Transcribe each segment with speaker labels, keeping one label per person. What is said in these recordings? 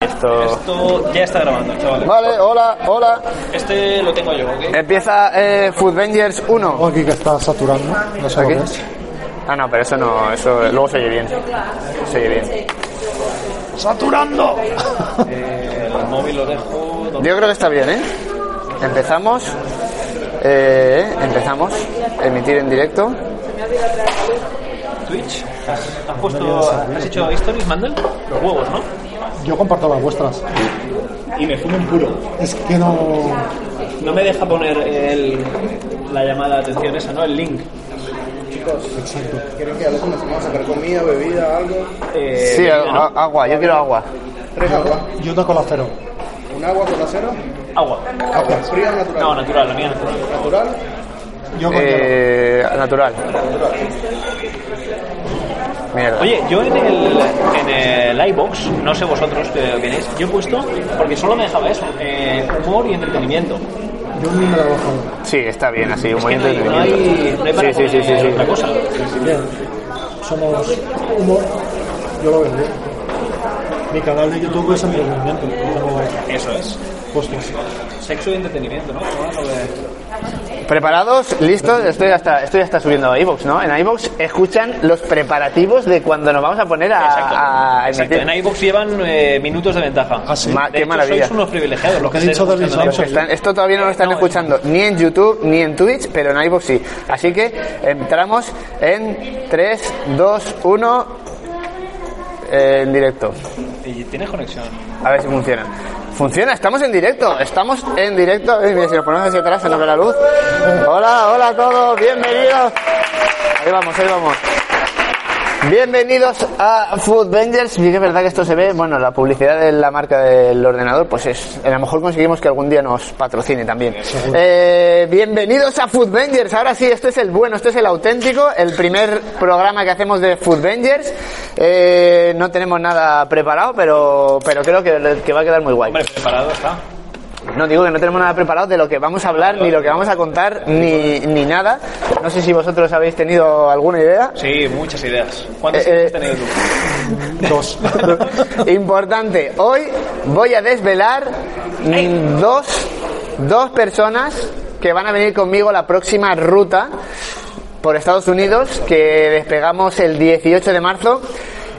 Speaker 1: esto.
Speaker 2: Esto ya está grabando, chavales.
Speaker 1: Vale, hola, hola.
Speaker 2: Este lo tengo yo, ¿ok?
Speaker 1: Empieza eh, Food Avengers 1.
Speaker 3: Tengo aquí que está saturando. No sé lo
Speaker 1: ¿Aquí?
Speaker 3: que es.
Speaker 1: Ah, no, pero eso no, eso luego se oye bien. Se oye bien.
Speaker 3: ¡Saturando!
Speaker 2: Eh, el móvil lo dejo. donde-
Speaker 1: Yo creo que está bien, ¿eh? Empezamos. Eh, empezamos. Emitir en directo.
Speaker 2: Twitch. ¿Has, has puesto, ¿Has hecho stories, Mandel? Los huevos, ¿no?
Speaker 3: Yo comparto las vuestras.
Speaker 2: Y me fumo un puro.
Speaker 3: Es que no.
Speaker 2: No me deja poner el, la llamada de atención esa, ¿no? El link.
Speaker 4: ¿Quieren que ya lo comencemos a sacar comida, bebida, algo?
Speaker 2: Eh,
Speaker 1: Sí, ah,
Speaker 2: bebida,
Speaker 1: a-
Speaker 2: ¿no?
Speaker 1: a- agua, yo quiero agua.
Speaker 4: Tres aguas.
Speaker 3: Yo una cola cero.
Speaker 4: Un agua con acero,
Speaker 1: ah.
Speaker 2: Agua.
Speaker 4: agua fría natural.
Speaker 2: No, natural, la mía natural.
Speaker 4: Natural.
Speaker 3: Yo con hielo.
Speaker 1: Eh, natural. Mierda.
Speaker 2: Oye, yo en el, en el iBox, no sé vosotros que tenéis, yo he puesto, porque solo me dejaba eso, eh, humor y entretenimiento.
Speaker 3: Yo ni me la he bajado.
Speaker 1: Sí, está bien, así, un
Speaker 2: Es que
Speaker 1: buen
Speaker 2: no hay, no hay, no hay
Speaker 1: entretenimiento.
Speaker 2: para
Speaker 1: Sí, sí, sí, sí,
Speaker 2: poner
Speaker 1: sí.
Speaker 2: otra cosa.
Speaker 3: Bien. Somos humor. Yo lo veo bien. Mi canal de YouTube es entretenimiento. Yo tengo
Speaker 2: Eso es.
Speaker 3: puestos.
Speaker 2: Sexo y entretenimiento, ¿no? Bueno, lo de-
Speaker 1: ¿Preparados? ¿Listos? Estoy hasta, estoy hasta subiendo a iVoox, ¿no? En iVoox escuchan los preparativos de cuando nos vamos a poner a,
Speaker 2: Exacto.
Speaker 1: a
Speaker 2: Exacto.
Speaker 1: emitir.
Speaker 2: En iBox llevan eh, minutos de ventaja.
Speaker 3: Ah, sí.
Speaker 1: ah, Ma-
Speaker 2: De
Speaker 1: qué
Speaker 2: hecho,
Speaker 1: maravilla.
Speaker 2: Sois unos privilegiados los que
Speaker 3: He dicho
Speaker 2: estáis
Speaker 3: de
Speaker 2: escuchando
Speaker 3: Lisandro.
Speaker 2: en iVoox.
Speaker 1: Están- esto todavía no lo están
Speaker 2: No,
Speaker 1: escuchando ni en YouTube ni en Twitch, pero en iVoox sí. Así que entramos en 3, 2, 1 eh, en directo.
Speaker 2: Y tienes conexión.
Speaker 1: A ver si funciona. Funciona, estamos en directo, estamos en directo. Eh, mira, si nos ponemos hacia atrás se nos ve la luz. Hola, hola a todos, bienvenidos. Ahí vamos, ahí vamos. Bienvenidos a Food Vengers. Sí que es verdad que esto se ve, bueno, la publicidad de la marca del ordenador, pues es, a lo mejor conseguimos que algún día nos patrocine también. Eh, bienvenidos a Food Vengers. Ahora sí, este es el bueno, este es el auténtico, el primer programa que hacemos de Food Vengers. Eh, no tenemos nada preparado, pero, pero creo que, que va a quedar muy guay.
Speaker 2: Hombre, preparado está.
Speaker 1: No digo que no tenemos nada preparado de lo que vamos a hablar, ni lo que vamos a contar, ni, ni nada. No sé si vosotros habéis tenido alguna idea.
Speaker 2: Sí, muchas ideas. ¿Cuántas
Speaker 1: Eh,
Speaker 2: ideas
Speaker 1: eh.
Speaker 2: has tenido tú?
Speaker 3: Dos.
Speaker 1: Importante, hoy voy a desvelar mm, dos, dos personas que van a venir conmigo a la próxima ruta por Estados Unidos que despegamos el 18 de marzo.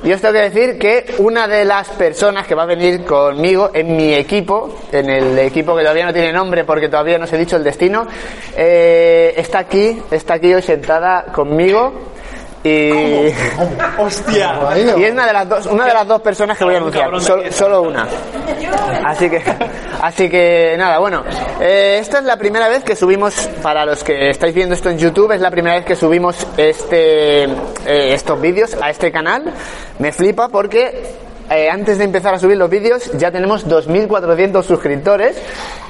Speaker 1: Y os tengo que decir que una de las personas que va a venir conmigo en mi equipo, en el equipo que todavía no tiene nombre porque todavía no os he dicho el destino, eh, está aquí, está aquí hoy sentada conmigo y...
Speaker 2: ¡Hostia!
Speaker 3: Ahí,
Speaker 1: Y es una de las dos, una de las dos personas que voy a anunciar,
Speaker 2: Cabrón de
Speaker 1: sol-
Speaker 2: pieza.
Speaker 1: solo una. Así que, así que nada, bueno, eh, esta es la primera vez que subimos, para los que estáis viendo esto en YouTube, es la primera vez que subimos este, eh, estos vídeos a este canal. Me flipa porque eh, antes de empezar a subir los vídeos ya tenemos 2.400 suscriptores,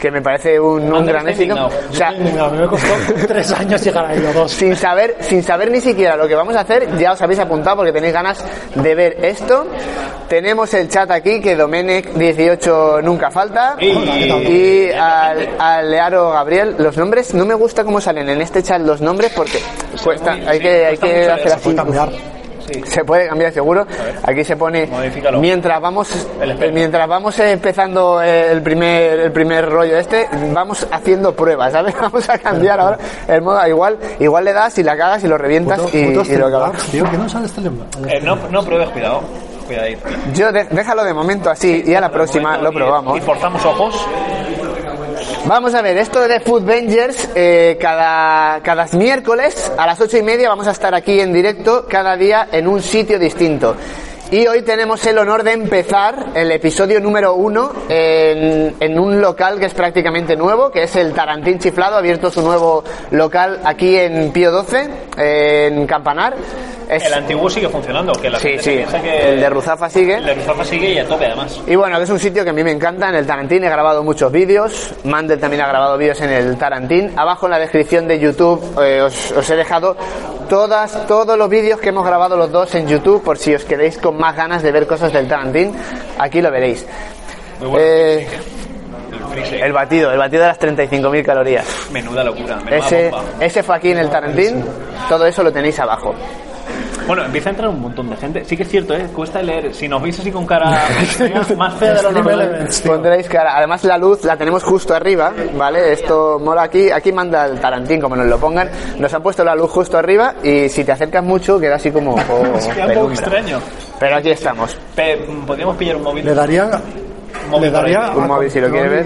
Speaker 1: que me parece un, un
Speaker 2: Andrés
Speaker 1: gran
Speaker 2: está
Speaker 1: éxito.
Speaker 2: indignado.
Speaker 1: O sea,
Speaker 3: Venga, a mí me costó tres años llegar ahí, o dos.
Speaker 1: sin saber, sin saber ni siquiera lo que vamos a hacer, ya os habéis apuntado porque tenéis ganas de ver esto. Tenemos el chat aquí que Domenech18 nunca falta.
Speaker 2: Y-
Speaker 1: Y al, al Learo Gabriel, los nombres, no me gusta cómo salen en este chat los nombres porque cuesta, hay que, hay que hacer así.
Speaker 3: Voy a cambiar.
Speaker 1: Se puede cambiar seguro. Aquí se pone
Speaker 2: Modifícalo.
Speaker 1: mientras vamos
Speaker 2: El espejo.
Speaker 1: mientras vamos empezando eh, el primer el primer rollo este, vamos haciendo pruebas, ¿sabes? Vamos a cambiar ahora el modo igual, igual le das y la cagas y lo revientas
Speaker 3: Puto-
Speaker 1: Eh, y,
Speaker 3: puto
Speaker 1: y lo
Speaker 3: Steam
Speaker 1: acabas.
Speaker 3: Labs, Tío, que no sale este lema.
Speaker 2: Eh, no, no pruebes, cuidado. Cuidadito.
Speaker 1: Yo de- déjalo de momento así y a la próxima lo
Speaker 2: Y-
Speaker 1: probamos.
Speaker 2: Y forzamos ojos.
Speaker 1: Vamos a ver, esto de Food Vengers, eh, cada, cada miércoles a las ocho y media vamos a estar aquí en directo, cada día en un sitio distinto. Y hoy tenemos el honor de empezar el episodio número uno en, en un local que es prácticamente nuevo, que es el Tarantín Chiflado, ha abierto su nuevo local aquí en Pío 12, en Campanar. Es-
Speaker 2: El antiguo sigue funcionando. Que la
Speaker 1: sí,
Speaker 2: gente se
Speaker 1: sí,
Speaker 2: piensa que
Speaker 1: el de Ruzafa sigue.
Speaker 2: el de Ruzafa sigue y a tope, además.
Speaker 1: Y bueno, que es un sitio que a mí me encanta. En el Tarantín he grabado muchos vídeos. Mandel también ha grabado vídeos en el Tarantín. Abajo en la descripción de YouTube eh, os, os he dejado todas, todos los vídeos que hemos grabado los dos en YouTube por si os queréis con más ganas de ver cosas del Tarantín. Aquí lo veréis.
Speaker 2: Muy bueno.
Speaker 1: Eh,
Speaker 2: El free shake.
Speaker 1: el batido, el batido de las 35.000 calorías.
Speaker 2: Menuda locura. Menuda
Speaker 1: Ese,
Speaker 2: bomba.
Speaker 1: ese fue aquí en el Tarantín. Todo eso lo tenéis abajo.
Speaker 2: Bueno, empieza a entrar un montón de gente. Sí que es cierto, ¿eh? cuesta leer. Si nos veis así con cara más fea de lo
Speaker 3: Stream
Speaker 2: normal.
Speaker 3: Elements, tío.
Speaker 1: Pondréis que ahora- además la luz la tenemos justo arriba, ¿vale? Esto mola aquí, aquí manda el Tarantín como nos lo pongan. Nos han puesto la luz justo arriba y si te acercas mucho queda así como oh,
Speaker 2: Es que algo
Speaker 1: penumbra.
Speaker 2: extraño.
Speaker 1: Pero aquí estamos.
Speaker 2: Pe- podríamos pillar un móvil.
Speaker 3: Le daría. Le daría.
Speaker 1: Un
Speaker 3: a
Speaker 1: móvil si lo quieres ver.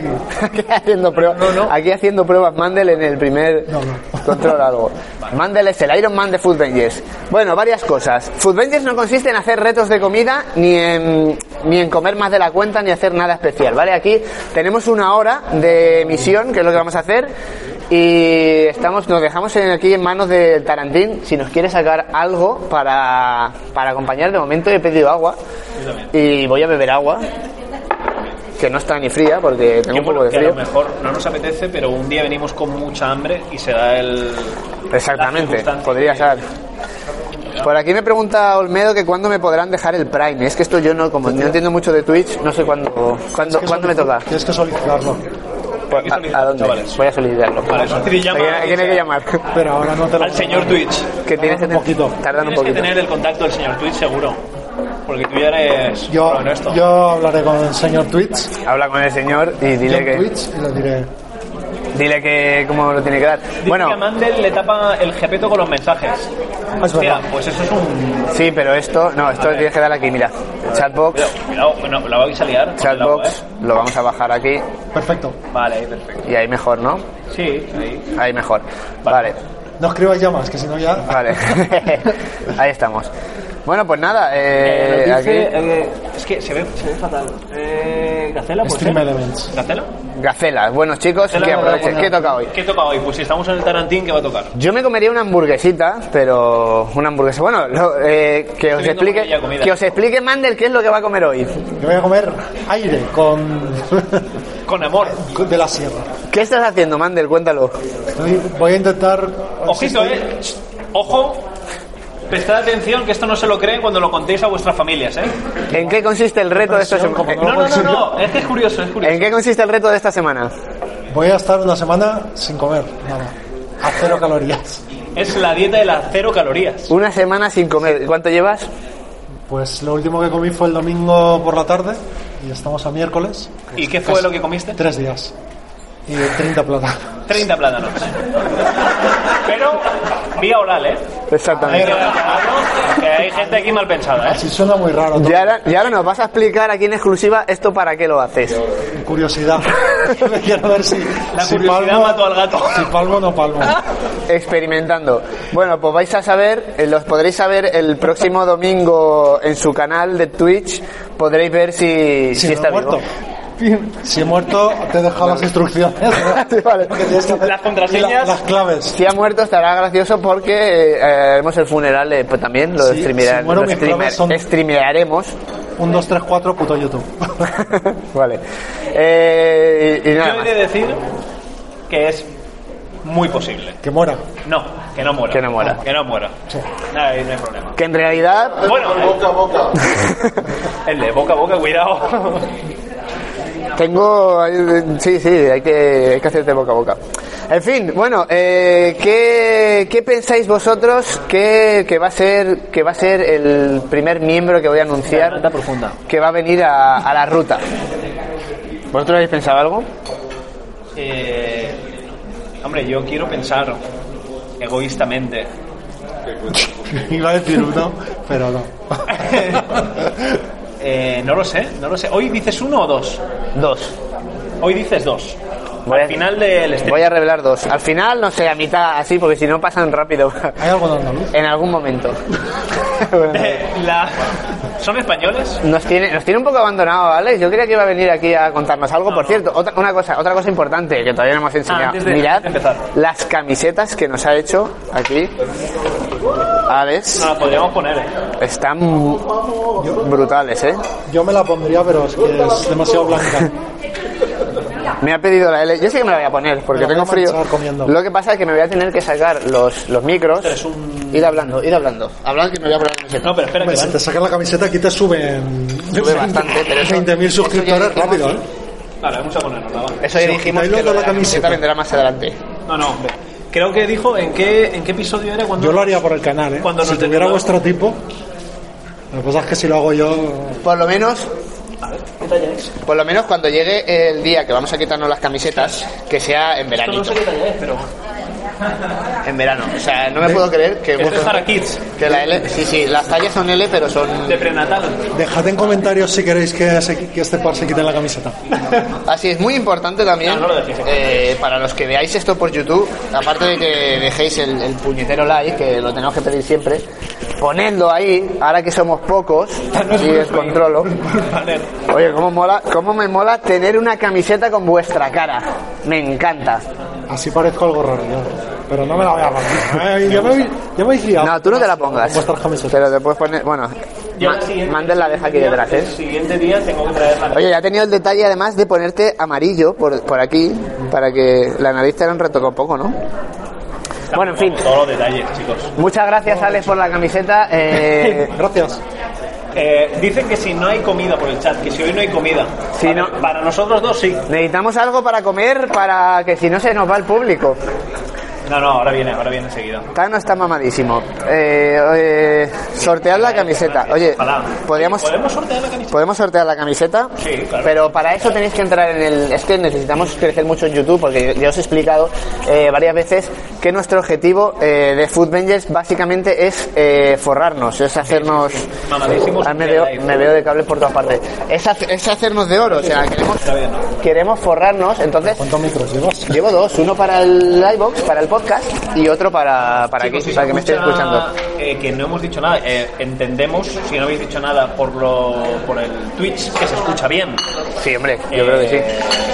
Speaker 3: control
Speaker 1: Aquí haciendo pruebas,
Speaker 2: No, no.
Speaker 1: aquí haciendo pruebas Mandel en el primer
Speaker 3: No, no.
Speaker 1: control algo. Mandel es el Iron Man de Food Rangers. Bueno, varias cosas. Food Rangers no consiste en hacer retos de comida ni en ni en comer más de la cuenta ni hacer nada especial, ¿vale? Aquí tenemos una hora de misión, que es lo que vamos a hacer. Y estamos, nos dejamos en- aquí en manos de Tarantín. Si nos quiere sacar algo para, para acompañar, de momento he pedido agua. Y voy a beber agua que no está ni fría porque tengo
Speaker 2: Que
Speaker 1: un poco
Speaker 2: bueno,
Speaker 1: de
Speaker 2: que a lo
Speaker 1: frío.
Speaker 2: mejor no nos apetece, pero un día venimos con mucha hambre y se da el. la
Speaker 1: Exactamente,
Speaker 2: circunstancia
Speaker 1: podría
Speaker 2: que-
Speaker 1: ser. Por aquí me pregunta Olmedo que cuándo me podrán dejar el Prime. Es que esto yo no, como no entiendo mucho de Twitch, no sé cuándo, cuándo,
Speaker 3: que
Speaker 1: cuándo me
Speaker 3: solici-
Speaker 1: toca.
Speaker 3: Tienes que solicitarlo.
Speaker 2: Hay que
Speaker 1: ¿A, a
Speaker 2: solicitarlo,
Speaker 1: dónde?
Speaker 2: chavales.
Speaker 1: Voy a solicitarlo.
Speaker 2: Para eso te llama-
Speaker 1: ¿A quién- a quién hay que llamar?
Speaker 3: Pero ahora no te lo.
Speaker 2: Al señor Twitch.
Speaker 1: Que tienes que
Speaker 3: un poquito.
Speaker 1: Tardan un
Speaker 2: Tienes que
Speaker 1: poquito.
Speaker 2: tener el contacto del señor Twitch seguro. Porque tú ya eres.
Speaker 3: Yo,
Speaker 2: pro en esto.
Speaker 3: yo hablaré con el señor Twitch.
Speaker 1: Habla con el señor y dile
Speaker 3: John
Speaker 1: que,
Speaker 3: Twitch y le diré.
Speaker 1: dile que cómo lo tiene que dar.
Speaker 2: Dice que a
Speaker 1: Bueno,
Speaker 2: Mandel le tapa el jepeto con los mensajes.
Speaker 3: Ah, Es
Speaker 2: Mira,
Speaker 3: verdad.
Speaker 2: pues eso es un.
Speaker 1: sí, pero esto, no, esto tienes que dar aquí, mira. Chatbox,
Speaker 2: Cuidado, eh. cuidado, no, la vais a liar. con el agua,
Speaker 1: chatbox, lo vamos a bajar aquí
Speaker 3: Perfecto.
Speaker 2: ¿eh? Vale, ahí, perfecto.
Speaker 1: y ahí mejor, ¿no?
Speaker 2: Sí, ahí.
Speaker 1: Ahí mejor. Vale,
Speaker 3: No escribáis ya más, que si no ya.
Speaker 1: vale. Ahí estamos. Bueno, pues nada,
Speaker 2: Eh,
Speaker 1: eh,
Speaker 2: nos
Speaker 1: aquí.
Speaker 2: dice, eh, es que se ve, se ve fatal. Eh, ¿Gacela? pues
Speaker 3: Stream Elements.
Speaker 2: ¿Gacela?
Speaker 1: Gacelas. Bueno, chicos,
Speaker 2: Gacela
Speaker 1: que
Speaker 2: me la voy a
Speaker 1: aprovechen.
Speaker 2: poner.
Speaker 1: ¿Qué toca hoy?
Speaker 2: ¿Qué toca hoy? Pues si estamos en el Tarantín, ¿qué va a tocar?
Speaker 1: Yo me comería una hamburguesita, pero una hamburguesa. Bueno, lo- eh, que os
Speaker 2: viendo
Speaker 1: explique,
Speaker 2: comida, comida.
Speaker 1: que os explique Mandel qué es lo que va a comer hoy.
Speaker 3: Yo voy a comer aire con.
Speaker 2: Con amor.
Speaker 3: de la sierra.
Speaker 1: ¿Qué estás haciendo, Mandel? Cuéntalo.
Speaker 3: Voy- Voy a intentar.
Speaker 1: Oh,
Speaker 2: Ojito, eh. Ch, Ojo. Prestad atención que esto no se lo creen cuando lo contéis a vuestras familias, eh.
Speaker 1: ¿En qué consiste el reto de esta
Speaker 3: Presión,
Speaker 1: semana?
Speaker 3: como
Speaker 2: No,
Speaker 1: Eh,
Speaker 2: no, no, no. Es que es curioso, es curioso.
Speaker 1: ¿En qué consiste el reto de esta semana?
Speaker 3: Voy a estar una semana sin comer nada. A cero calorías.
Speaker 2: Es la dieta de las cero calorías.
Speaker 1: Una semana sin comer. ¿Cuánto llevas?
Speaker 3: Pues lo último que comí fue el domingo por la tarde y estamos a miércoles.
Speaker 2: ¿Y qué fue lo que comiste?
Speaker 3: Tres días. Y 30 plata.
Speaker 2: 30 plátanos. Pero vía oral, ¿eh?
Speaker 1: Exactamente.
Speaker 2: Que hay gente aquí mal pensada, ¿eh?
Speaker 3: Si suena muy raro,
Speaker 1: Y
Speaker 3: todo.
Speaker 1: ahora, y ahora nos vas a explicar aquí en exclusiva esto para qué lo haces.
Speaker 3: curiosidad. Quiero ver si,
Speaker 2: La
Speaker 3: si
Speaker 2: curiosidad
Speaker 3: palmo,
Speaker 2: mató al gato.
Speaker 3: si palmo o no palmo.
Speaker 1: Ah. experimentando. Bueno, pues vais a saber, eh, los podréis saber el próximo domingo en su canal de Twitch. Podréis ver si,
Speaker 3: Si
Speaker 1: si
Speaker 3: no
Speaker 1: está
Speaker 3: he muerto.
Speaker 1: vivo.
Speaker 3: Si he muerto, te he dejado las instrucciones. ¿no?
Speaker 1: Sí, vale.
Speaker 3: Lo que tienes que hacer.
Speaker 2: Las contraseñas.
Speaker 3: Y la- las claves.
Speaker 1: Si ha muerto estará gracioso porque eh, haremos el funeral eh, pues también lo
Speaker 3: Sí,
Speaker 1: streamear-
Speaker 3: si muero,
Speaker 1: lo
Speaker 3: mis
Speaker 1: streamear-
Speaker 3: claves son-
Speaker 1: streamearemos.
Speaker 3: 1, 2, 3, 4, puto YouTube.
Speaker 1: vale. Eh, y, y nada
Speaker 2: Yo he
Speaker 1: más.
Speaker 2: de decir que es muy posible.
Speaker 3: que muera.
Speaker 2: No, que no muera.
Speaker 1: Que no muera.
Speaker 2: Que no muera. Nada, ahí no hay problema.
Speaker 1: Que en realidad
Speaker 2: Bueno, boca a boca. El de boca a boca, cuidado.
Speaker 1: Tengo. Sí, sí, hay que, hay que hacerte boca a boca. En fin, bueno, eh, ¿qué, qué pensáis vosotros que, que va a ser, que va a ser el primer miembro que voy a anunciar
Speaker 2: Garganta profunda.
Speaker 1: que va a venir a, a la ruta? ¿Vosotros habéis pensado algo?
Speaker 2: Eh, hombre, yo quiero pensar egoístamente.
Speaker 3: Iba a decir uno, pero no.
Speaker 2: Eh, no lo sé, no lo sé. ¿Hoy dices uno o dos?
Speaker 1: Dos.
Speaker 2: Hoy dices dos.
Speaker 1: Voy a-
Speaker 2: Al final del stream.
Speaker 1: Voy a revelar dos. Al final, no sé, a mitad, así, porque si no pasan rápido.
Speaker 3: ¿Hay algo de andaluz?
Speaker 1: en algún momento.
Speaker 2: Eh, la- ¿Son españoles?
Speaker 1: Nos tiene, nos tiene un poco abandonado, Alex. Yo creía que iba a venir aquí a contarnos algo. Por cierto, otra, una cosa, otra cosa importante que todavía no hemos enseñado.
Speaker 2: Ah, antes de-
Speaker 1: Mirad
Speaker 2: antes de empezar.
Speaker 1: las camisetas que nos ha hecho aquí. Alex,
Speaker 2: No, la podríamos poner. eh.
Speaker 1: están brutales, ¿eh?
Speaker 3: Yo me la pondría, pero es que es demasiado blanca.
Speaker 1: Me ha pedido la L. Yo sí que me la voy a poner porque
Speaker 3: Me la
Speaker 1: tengo
Speaker 3: voy a
Speaker 1: frío.
Speaker 3: manchar comiendo.
Speaker 1: Lo que pasa es que me voy a tener que sacar los, los micros.
Speaker 2: Eres un-
Speaker 1: Ir hablando, ir hablando. Hablad que me voy a poner la camiseta.
Speaker 2: No, pero espera, que
Speaker 3: Hombre, si
Speaker 2: van.
Speaker 3: te sacas la camiseta, aquí te suben.
Speaker 1: Sube bastante, pero eso-
Speaker 3: 20.000
Speaker 1: eso ya
Speaker 3: suscriptores
Speaker 1: dijimos-
Speaker 3: rápido, ¿eh?
Speaker 2: Vale, vamos a ponernos, la va.
Speaker 1: Eso ya
Speaker 3: Si os
Speaker 1: dijimos que
Speaker 3: quitáis los de
Speaker 1: lo de
Speaker 3: la
Speaker 1: la camiseta
Speaker 3: camiseta.
Speaker 1: vendrá más adelante.
Speaker 2: No, no, hombre. creo que dijo en qué, en qué episodio era cuando.
Speaker 3: Yo lo haría por el canal, ¿eh?
Speaker 2: Cuando
Speaker 3: si
Speaker 2: nos
Speaker 3: tuviera
Speaker 2: desnudamos.
Speaker 3: vuestro tipo. Lo que pasa es que si lo hago yo.
Speaker 1: Por lo menos
Speaker 2: ¿Qué talla es?
Speaker 1: Por lo menos cuando llegue el día que vamos a quitarnos las camisetas, que sea en
Speaker 2: Esto no
Speaker 1: veranito,
Speaker 2: sé qué talla es, pero.
Speaker 1: en verano. O sea, no me puedo creer que
Speaker 2: Esto es
Speaker 1: vosotros-
Speaker 2: para kids,
Speaker 1: que la L, sí, sí, las tallas son L, pero son
Speaker 2: de prenatal.
Speaker 3: Dejad en comentarios si queréis que, se- que este par se quite la camiseta.
Speaker 1: así es muy importante también
Speaker 2: No, no lo dejéis.
Speaker 1: eh, para los que veáis esto por YouTube, aparte de que dejéis el, el puñetero like que lo tenemos que pedir siempre, ponedlo ahí. Ahora que somos pocos y descontrolo.
Speaker 2: Vale.
Speaker 1: Oye, cómo mola, cómo me mola tener una camiseta con vuestra cara. Me encanta.
Speaker 3: Así parezco algo raro, yo. Pero no me la voy a poner. Ay, ya, me, habéis- ya me habéis liado.
Speaker 1: No, tú no te la pongas.
Speaker 3: Con vuestras camisetas.
Speaker 1: Pero te puedes poner. Bueno,
Speaker 2: Yo ¿eh?
Speaker 1: ma-
Speaker 2: el siguiente-
Speaker 1: Mandel la deja aquí detrás, ¿eh?
Speaker 2: El siguiente día tengo que traer la.
Speaker 1: Oye, ya he tenido el detalle además de ponerte amarillo por, por aquí para que la nariz te un retoco un poco, ¿no? Bueno, en fin.
Speaker 2: Todos los detalles, chicos.
Speaker 1: Muchas gracias, Alex, por la camiseta. Eh,
Speaker 3: Gracias.
Speaker 2: Eh, dicen que si no hay comida por el chat, que si hoy no hay comida.
Speaker 1: Si
Speaker 2: para,
Speaker 1: no-
Speaker 2: para nosotros dos sí.
Speaker 1: necesitamos algo para comer para que si no se nos va el público.
Speaker 2: No, no, ahora viene, ahora viene enseguida.
Speaker 1: Tano está mamadísimo. Eh, eh, sortead la camiseta. Oye,
Speaker 2: Ojalá.
Speaker 1: podríamos.
Speaker 2: ¿Podemos sortear la camiseta?
Speaker 1: Podemos sortear la camiseta,
Speaker 2: Sí, claro.
Speaker 1: pero para eso tenéis que entrar en el... Es que necesitamos crecer mucho en YouTube, porque yo, yo os he explicado eh, varias veces que nuestro objetivo eh, de Food Vengers básicamente es eh, forrarnos, es hacernos...
Speaker 2: Mamadísimos
Speaker 1: Ah, me, veo,
Speaker 2: live.
Speaker 1: me veo de cable por todas partes. Es, hace- es hacernos de oro, o sea, queremos,
Speaker 2: Está bien, ¿no?
Speaker 1: queremos forrarnos, entonces...
Speaker 3: ¿Cuántos micros llevas?
Speaker 1: Llevo dos, uno para el iBox, para el podcast, y otro para, para, aquí,
Speaker 2: Chicos, si
Speaker 1: para que
Speaker 2: se
Speaker 1: me estéis
Speaker 2: pues escucha,
Speaker 1: escuchando.
Speaker 2: eh, que no hemos dicho nada. eh, entendemos, si no habéis dicho nada por, lo, por el Twitch, que se escucha bien.
Speaker 1: Sí, hombre, yo creo que sí.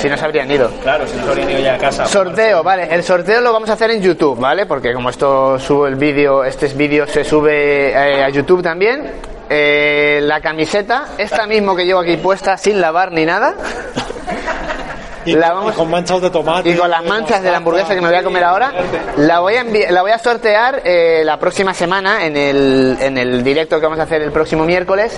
Speaker 1: Si no se habrían ido.
Speaker 2: Claro, si no se habrían ido ya a casa.
Speaker 1: Sorteo, vale, el sorteo lo vamos a hacer en YouTube, ¿vale? Porque como esto subo el vídeo, este vídeo se sube eh, a YouTube también. Eh, la camiseta, esta mismo que llevo aquí puesta sin lavar ni nada,
Speaker 3: Y,
Speaker 1: La vamos-
Speaker 3: y con manchas de tomate.
Speaker 1: y con las manchas de la hamburguesa que me voy a comer ahora, la voy a, envi- la voy a sortear eh, la próxima semana en el, en el directo que vamos a hacer el próximo miércoles.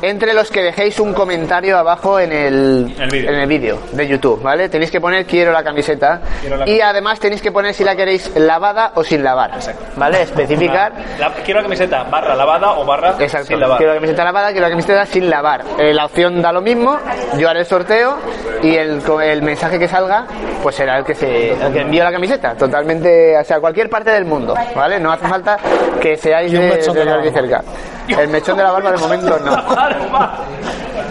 Speaker 1: Entre los que dejéis un comentario abajo en el,
Speaker 2: El vídeo.
Speaker 1: en el vídeo de YouTube, ¿vale? Tenéis que poner quiero la camiseta
Speaker 2: Quiero la
Speaker 1: y además tenéis que poner si la queréis lavada o sin lavar,
Speaker 2: Exacto.
Speaker 1: ¿vale? Especificar.
Speaker 2: La- quiero la camiseta barra lavada o barra
Speaker 1: Exacto.
Speaker 2: sin lavar.
Speaker 1: Quiero la camiseta lavada, quiero la camiseta sin lavar. Eh, la opción da lo mismo, yo haré el sorteo y el, co- el mensaje que salga, pues será el que se el que envío la camiseta. Totalmente, o sea, cualquier parte del mundo, ¿vale? No hace falta que seáis
Speaker 3: Y un
Speaker 1: de,
Speaker 3: mechón de
Speaker 1: de
Speaker 3: la
Speaker 1: aquí cerca. El mechón de la barba de momento no.
Speaker 2: Barba.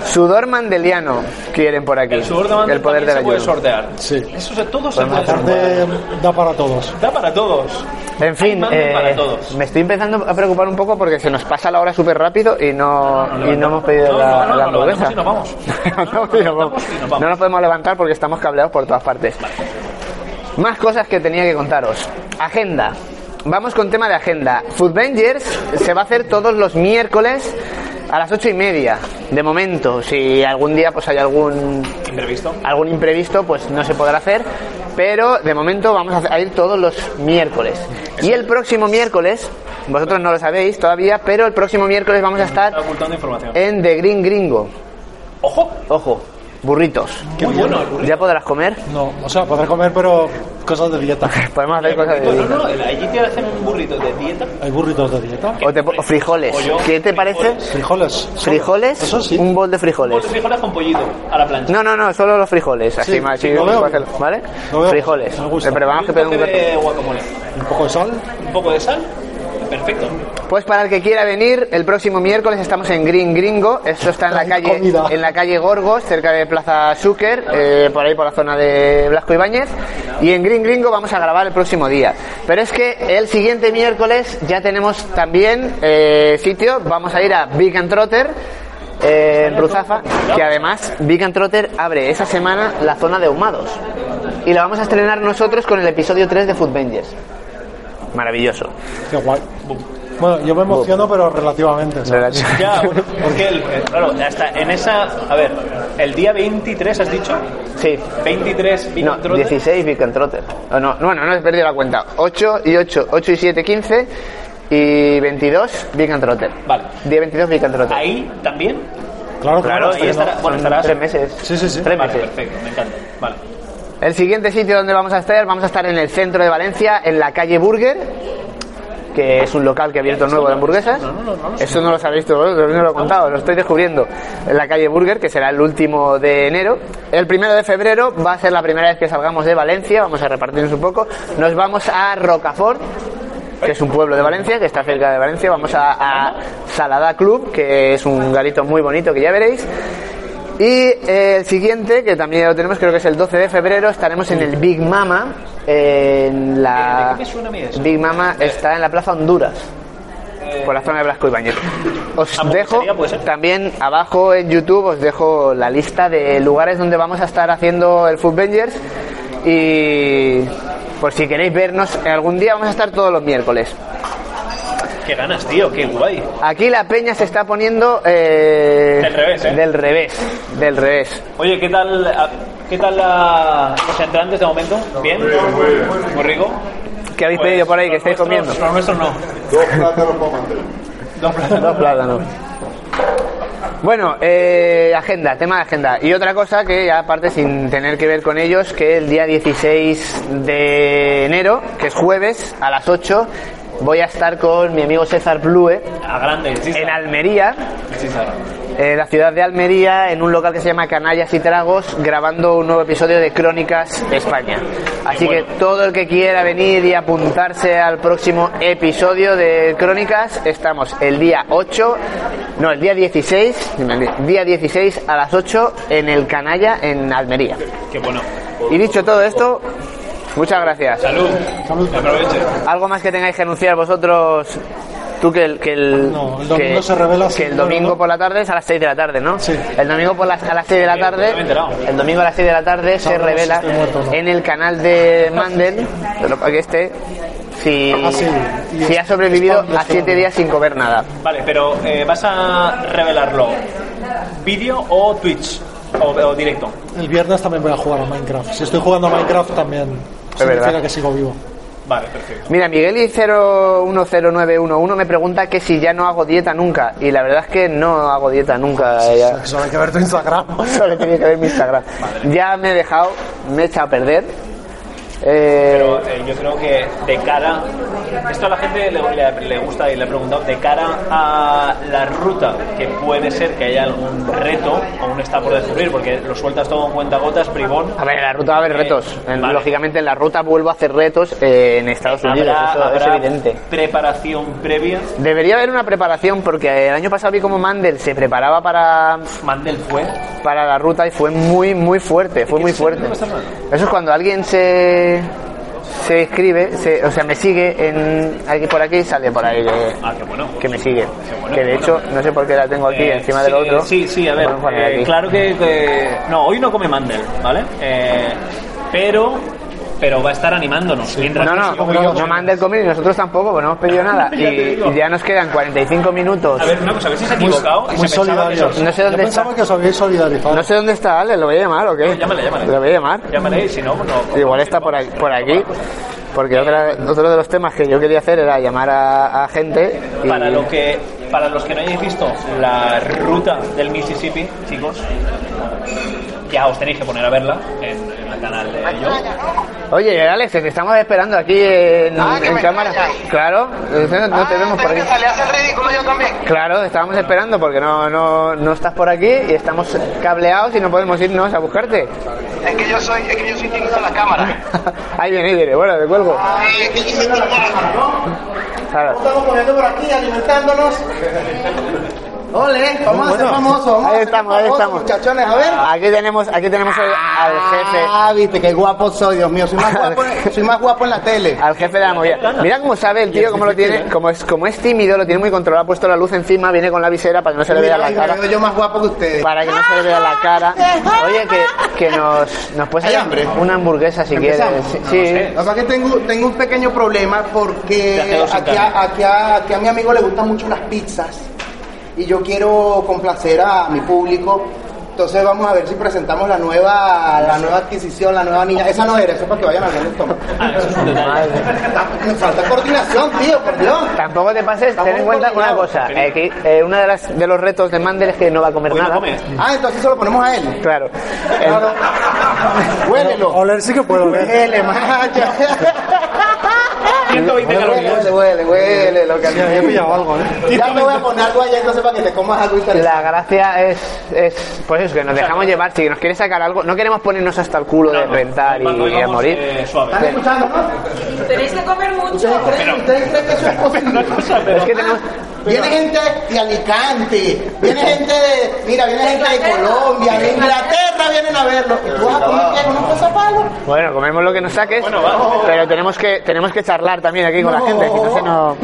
Speaker 1: Sudor mandeliano quieren por aquí.
Speaker 2: El sudor de mando
Speaker 1: El poder
Speaker 2: también
Speaker 1: del
Speaker 2: se puede
Speaker 1: ayuno.
Speaker 2: sortear.
Speaker 3: Sí.
Speaker 2: Eso se, todo se puede sortear.
Speaker 3: Aparte, da para todos.
Speaker 2: Da para todos.
Speaker 1: En fin,
Speaker 2: Hay manden
Speaker 1: eh,
Speaker 2: para todos.
Speaker 1: me estoy empezando a preocupar un poco porque se nos pasa la hora súper rápido y no, y no hemos pedido
Speaker 2: No,
Speaker 1: la,
Speaker 2: no, no,
Speaker 1: la
Speaker 2: lo levantamos
Speaker 1: hamburguesa.
Speaker 2: y nos vamos.
Speaker 1: Levantamos y nos vamos.
Speaker 2: y nos vamos.
Speaker 1: No nos podemos levantar porque estamos cableados por todas partes. Más cosas que tenía que contaros. Agenda. Vamos con tema de agenda. Food Vengers se va a hacer todos los miércoles a las ocho y media, de momento. Si algún día pues hay algún
Speaker 2: Imprevisto.
Speaker 1: algún imprevisto pues no se podrá hacer pero de momento vamos a hacer- a ir todos los miércoles y el próximo miércoles vosotros no lo sabéis todavía pero el próximo miércoles vamos a
Speaker 2: Está
Speaker 1: estar
Speaker 2: ocultando información.
Speaker 1: en The Green Gringo
Speaker 2: Ojo,
Speaker 1: ojo burritos
Speaker 2: muy bueno el burrito.
Speaker 1: ya podrás comer
Speaker 3: No, o sea, podré comer, pero cosas de dieta.
Speaker 1: podemos hacer cosas de
Speaker 2: No,
Speaker 1: burritos
Speaker 2: no, no, allí te hacen un burrito de dieta.
Speaker 3: ¿Hay burritos de dieta?
Speaker 1: o, te po- o frijoles
Speaker 2: O yo,
Speaker 1: ¿qué te parece?
Speaker 2: frijoles.
Speaker 3: ¿Frijoles?
Speaker 1: frijoles
Speaker 3: Eso sí.
Speaker 1: un bol de
Speaker 2: Un
Speaker 1: frijoles
Speaker 2: de frijoles con pollito a la plancha.
Speaker 1: no, no, no, solo los frijoles, así
Speaker 3: Sí,
Speaker 1: más,
Speaker 3: sí,
Speaker 1: sí,
Speaker 3: lo veo
Speaker 1: puedo
Speaker 3: bien.
Speaker 1: hacerlo, ¿vale?
Speaker 3: Lo veo,
Speaker 1: Frijoles,
Speaker 3: me gusta.
Speaker 1: pero vamos a pedir
Speaker 2: Un
Speaker 1: un
Speaker 2: toque
Speaker 1: plato.
Speaker 2: de guacamole.
Speaker 3: Un poco de sal.
Speaker 2: Un poco de sal. Perfecto.
Speaker 1: Pues para el que quiera venir, el próximo miércoles estamos en Green Gringo. Eso está en la
Speaker 3: Hay
Speaker 1: calle,
Speaker 3: comida.
Speaker 1: en la calle Gorgos, cerca de Plaza Zucker, eh, por ahí por la zona de Blasco Ibáñez. Y en Green Gringo vamos a grabar el próximo día. Pero es que el siguiente miércoles ya tenemos también eh, sitio. Vamos a ir a Big and Trotter. eh, en Bruzafa, que además Big and Trotter abre esa semana la zona de ahumados y la vamos a estrenar nosotros con el episodio 3 de Food Vengers. Maravilloso.
Speaker 3: Qué guay. Bueno, yo me emociono, pero relativamente. ¿sabes?
Speaker 2: Ya, bueno, porque el, eh, claro, hasta en esa. A ver, el día 23, ¿has dicho?
Speaker 1: Sí,
Speaker 2: 23, vino
Speaker 1: No, 16 Beacon Trotter. Oh, no, bueno, no he perdido la cuenta. 8 y 8, 8 y 7, 15 y 22 Beacon Trotter.
Speaker 2: Vale.
Speaker 1: Día 22 Beacon Trotter.
Speaker 2: Ahí también.
Speaker 3: Claro, este, claro.
Speaker 2: Claro, y
Speaker 3: estaremos.
Speaker 2: estará, bueno,
Speaker 1: Son
Speaker 2: estarás.
Speaker 1: Tres meses.
Speaker 3: Sí, sí, sí.
Speaker 1: Tres
Speaker 2: Vale,
Speaker 1: meses.
Speaker 2: perfecto, me encanta. Vale.
Speaker 1: El siguiente sitio donde vamos a estar, vamos a estar en el centro de Valencia, en la calle Burger, que es un local que ha abierto nuevo de hamburguesas. Eso no lo sabéis todos, no os lo he contado, lo estoy descubriendo. En la calle Burger, que será el último de enero. El primero de febrero va a ser la primera vez que salgamos de Valencia, vamos a repartirnos un poco. Nos vamos a Rocafort, que es un pueblo de Valencia, que está cerca de Valencia. Vamos a, a Salada Club, que es un garito muy bonito que ya veréis. Y eh, el siguiente, que también ya lo tenemos, creo que es el 12 de febrero, estaremos en el Big Mama. eh, en la...
Speaker 2: Eh, ¿de qué me suena a mí eso? Eh.
Speaker 1: Big Mama está en la Plaza Honduras. Por la zona de Blasco Ibáñez. Os
Speaker 2: Ah, pues
Speaker 1: dejo
Speaker 2: sería, puede ser.
Speaker 1: también abajo en YouTube os dejo la lista de lugares donde vamos a estar haciendo el Food Vengers y por si queréis vernos algún día vamos a estar todos los miércoles.
Speaker 2: Qué ganas, tío, qué guay.
Speaker 1: Aquí la peña se está poniendo eh,
Speaker 2: Del revés, ¿eh?
Speaker 1: del revés, del revés.
Speaker 2: Oye, ¿qué tal, ah, ¿qué tal la- los entrantes de momento? ¿Bien? ¿Muy rico?
Speaker 1: ¿Qué habéis
Speaker 2: Pues,
Speaker 1: pedido por ahí que
Speaker 2: los
Speaker 1: estáis comiendo?
Speaker 2: nuestros- Los nuestros no.
Speaker 5: Dos plátanos para mantener.
Speaker 2: Dos plátanos.
Speaker 1: Dos plátanos. Bueno, eh, agenda, tema de agenda. Y otra cosa que ya aparte sin tener que ver con ellos, que el día 16 de enero, que es jueves, a las 8, voy a estar con mi amigo César Blue
Speaker 2: A grande, sí.
Speaker 1: en
Speaker 2: está.
Speaker 1: Almería,
Speaker 2: Sí, está.
Speaker 1: en Eh, la ciudad de Almería, en un local que se llama Canallas y Tragos, grabando un nuevo episodio de Crónicas España. Así
Speaker 2: Qué
Speaker 1: que
Speaker 2: bueno.
Speaker 1: todo el que quiera venir y apuntarse al próximo episodio de Crónicas, estamos el día 8, no, el día 16, día 16 a las 8 en el Canalla, en Almería.
Speaker 2: Qué bueno.
Speaker 1: Y dicho todo esto, muchas gracias.
Speaker 2: Salud. Salud. Aproveche.
Speaker 1: ¿Algo más que tengáis que anunciar vosotros? Tú que el, que el,
Speaker 3: No, el domingo
Speaker 1: que-
Speaker 3: se revela, sí,
Speaker 1: que el
Speaker 3: no,
Speaker 1: domingo
Speaker 3: no, no.
Speaker 1: por la tarde es a las 6 de la tarde, ¿no?
Speaker 3: Sí.
Speaker 1: El domingo por las- a las 6 de la
Speaker 2: Sí, no me he
Speaker 1: tarde,
Speaker 2: enterado.
Speaker 1: el domingo a las 6 de la tarde se
Speaker 3: no, sí,
Speaker 1: revela
Speaker 3: estoy muerto, no.
Speaker 1: en el canal de Mandel, pero para que esté, si,
Speaker 3: Ah, sí, y
Speaker 1: si
Speaker 3: es-
Speaker 1: ha sobrevivido
Speaker 3: es pan de
Speaker 1: a 7
Speaker 3: cerdo.
Speaker 1: días sin comer nada.
Speaker 2: Vale, pero eh, ¿vas a revelarlo vídeo o Twitch? O, o directo.
Speaker 3: El viernes también voy a jugar a Minecraft. Si estoy jugando a Minecraft también significa
Speaker 1: verdad.
Speaker 3: que sigo vivo.
Speaker 2: Vale, perfecto.
Speaker 1: Mira, Miguel y 010911 me pregunta que si ya no hago dieta nunca, y la verdad es que no hago dieta nunca. ya.
Speaker 3: Eso hay que ver tu Instagram.
Speaker 1: Solo tenía que ver mi Instagram. Ya me he dejado, me he echado a perder. Eh,
Speaker 2: Pero eh, yo creo que de cara. Esto a la gente le, le- le gusta y le he preguntado. De cara a la ruta, que puede ser que haya algún reto, aún está por descubrir, porque lo sueltas todo en cuentagotas, privón.
Speaker 1: a ver, en la ruta va a haber retos. En-
Speaker 2: eh, Vale.
Speaker 1: Lógicamente en la ruta vuelvo a hacer retos eh, en Estados Unidos,
Speaker 2: Habrá-
Speaker 1: eso es
Speaker 2: habrá
Speaker 1: evidente.
Speaker 2: Preparación previa.
Speaker 1: Debería haber una preparación porque el año pasado vi como Mandel se preparaba para,
Speaker 2: Mandel fue.
Speaker 1: para la ruta y fue muy, muy fuerte, fue
Speaker 2: ¿Qué
Speaker 1: muy
Speaker 2: es
Speaker 1: fuerte.
Speaker 2: el- qué
Speaker 1: Eso
Speaker 2: está hablando?
Speaker 1: es cuando alguien se se escribe, se- o sea, me sigue en aquí por aquí y sale por ahí. eh,
Speaker 2: Ah, qué bueno.
Speaker 1: que me sigue.
Speaker 2: bueno,
Speaker 1: que de
Speaker 2: qué
Speaker 1: hecho,
Speaker 2: bueno.
Speaker 1: no sé por qué la tengo aquí
Speaker 2: Eh,
Speaker 1: encima
Speaker 2: sí,
Speaker 1: del otro.
Speaker 2: Sí, sí, a ver.
Speaker 1: Vamos poner
Speaker 2: eh,
Speaker 1: aquí.
Speaker 2: claro que, que- No, hoy no come mandel, ¿vale? Eh, pero. Pero va a estar animándonos. Mientras
Speaker 1: No, no,
Speaker 2: que sigo
Speaker 1: no,
Speaker 2: yo-
Speaker 1: manda el comer y nosotros tampoco, porque no hemos pedido nada.
Speaker 2: Ya te
Speaker 1: Y,
Speaker 2: digo.
Speaker 1: y ya nos quedan 45 minutos.
Speaker 2: A ver, una cosa, a ver si se ha equivocado. y se pensaba
Speaker 3: Muy
Speaker 2: que eso-
Speaker 3: solidarios.
Speaker 1: No sé dónde
Speaker 3: Yo pensaba
Speaker 1: está.
Speaker 3: que os habéis solidarizado.
Speaker 1: No sé dónde está Ale, ¿lo voy a llamar o qué?
Speaker 2: Llámale, llámale.
Speaker 1: Lo voy a llamar.
Speaker 2: Llámale y si no, no.
Speaker 1: Igual está por aquí. Por aquí porque otra- otro de los temas que yo quería hacer era llamar a, a gente. Y
Speaker 2: Para, lo que, para los que no hayáis visto la ruta del Mississippi, chicos, ya os tenéis que poner a verla en, en el canal
Speaker 1: Pues
Speaker 2: de Yo.
Speaker 1: Oye, Alex, que te estamos esperando aquí en,
Speaker 6: Ah, que
Speaker 1: en
Speaker 6: me
Speaker 1: cámara.
Speaker 6: callas.
Speaker 1: Claro, no,
Speaker 6: Ah,
Speaker 1: no te vemos por aquí.
Speaker 6: Le hace el ridículo yo también.
Speaker 1: Claro, estábamos esperando porque no, no, no estás por aquí y estamos cableados y no podemos irnos a buscarte.
Speaker 6: Es que yo soy, es que yo soy tímido en la cámara.
Speaker 1: ahí viene, ahí viene. Bueno, te cuelgo.
Speaker 6: Ay, Ah, es que yo soy tímido en la cámara.
Speaker 1: Claro.
Speaker 4: Estamos poniendo por aquí, alimentándonos. Ole, vamos a ser famosos. Vamos
Speaker 1: Ahí
Speaker 4: a ser
Speaker 1: estamos, ahí
Speaker 4: famosos,
Speaker 1: estamos.
Speaker 4: Muchachones, a ver.
Speaker 1: Aquí tenemos, aquí tenemos al- al jefe,
Speaker 4: Ah, viste, qué guapo soy, Dios mío. Soy más guapo, soy más guapo en la tele.
Speaker 1: al jefe de la movida. Mira cómo sabe el tío, cómo lo tiene, como es, como es tímido, lo tiene muy controlado, ha puesto la luz encima, viene con la visera para que no se le vea la
Speaker 4: Mira,
Speaker 1: cara.
Speaker 4: me veo yo más guapo que ustedes.
Speaker 1: Para que no se le vea la cara. Oye, que, que nos, nos puedes
Speaker 4: ¿Hay
Speaker 1: hacer
Speaker 4: hambre?
Speaker 1: una hamburguesa si quieres.
Speaker 4: ¿Empezamos?
Speaker 1: Sí,
Speaker 4: No,
Speaker 1: sí.
Speaker 2: sé.
Speaker 4: Lo que pasa es que tengo, tengo un pequeño problema porque
Speaker 2: Ya quedó sin
Speaker 4: aquí a, aquí a- aquí a mi amigo le gustan mucho las pizzas y yo quiero complacer a mi público. Entonces vamos a ver si presentamos la nueva, la nueva adquisición, la nueva niña. Esa no era, eso es para que vayan a ver el estómago.
Speaker 2: Ah, eso es un detalle.
Speaker 4: Nos falta coordinación, tío, por Dios.
Speaker 1: Tampoco te pases, ten en cuenta una cosa, eh, que eh, uno de, las, de
Speaker 2: Pues
Speaker 1: los retos de Mandel es que no va a comer
Speaker 2: Hoy no
Speaker 1: nada.
Speaker 2: come.
Speaker 4: Ah, entonces se lo ponemos a él.
Speaker 1: Claro.
Speaker 4: Claro. Huélelo.
Speaker 3: Oler sí que puedo oler.
Speaker 4: Huele, macho.
Speaker 2: 120
Speaker 1: Pues
Speaker 2: calorías.
Speaker 4: Huele, huele, huele, lo que
Speaker 3: Sí, había pillado algo, ¿eh?
Speaker 4: Ya me voy a poner algo ahí entonces para que te comas algo interesante.
Speaker 1: La gracia es, es, pues eso, que nos dejamos llevar. Si nos quieres sacar algo, no queremos ponernos hasta el culo de
Speaker 2: Claro,
Speaker 1: rentar
Speaker 2: cuando
Speaker 1: y, a
Speaker 2: digamos,
Speaker 1: morir.
Speaker 2: eh, suave.
Speaker 4: ¿Están escuchando, no?
Speaker 7: Tenéis que comer mucho.
Speaker 4: ¿Ustedes creen, ustedes creen que eso es posible?
Speaker 1: Es que tenemos.
Speaker 4: Viene gente de Alicante, viene gente de. Mira, viene gente de Colombia, de Inglaterra vienen a verlo. ¿Y tú vas a comer qué? ¿Unos pasapalos?
Speaker 1: Bueno, comemos lo que nos saques,
Speaker 2: Bueno, va.
Speaker 1: pero tenemos que, tenemos que charlar también aquí con la gente. Si no se nos.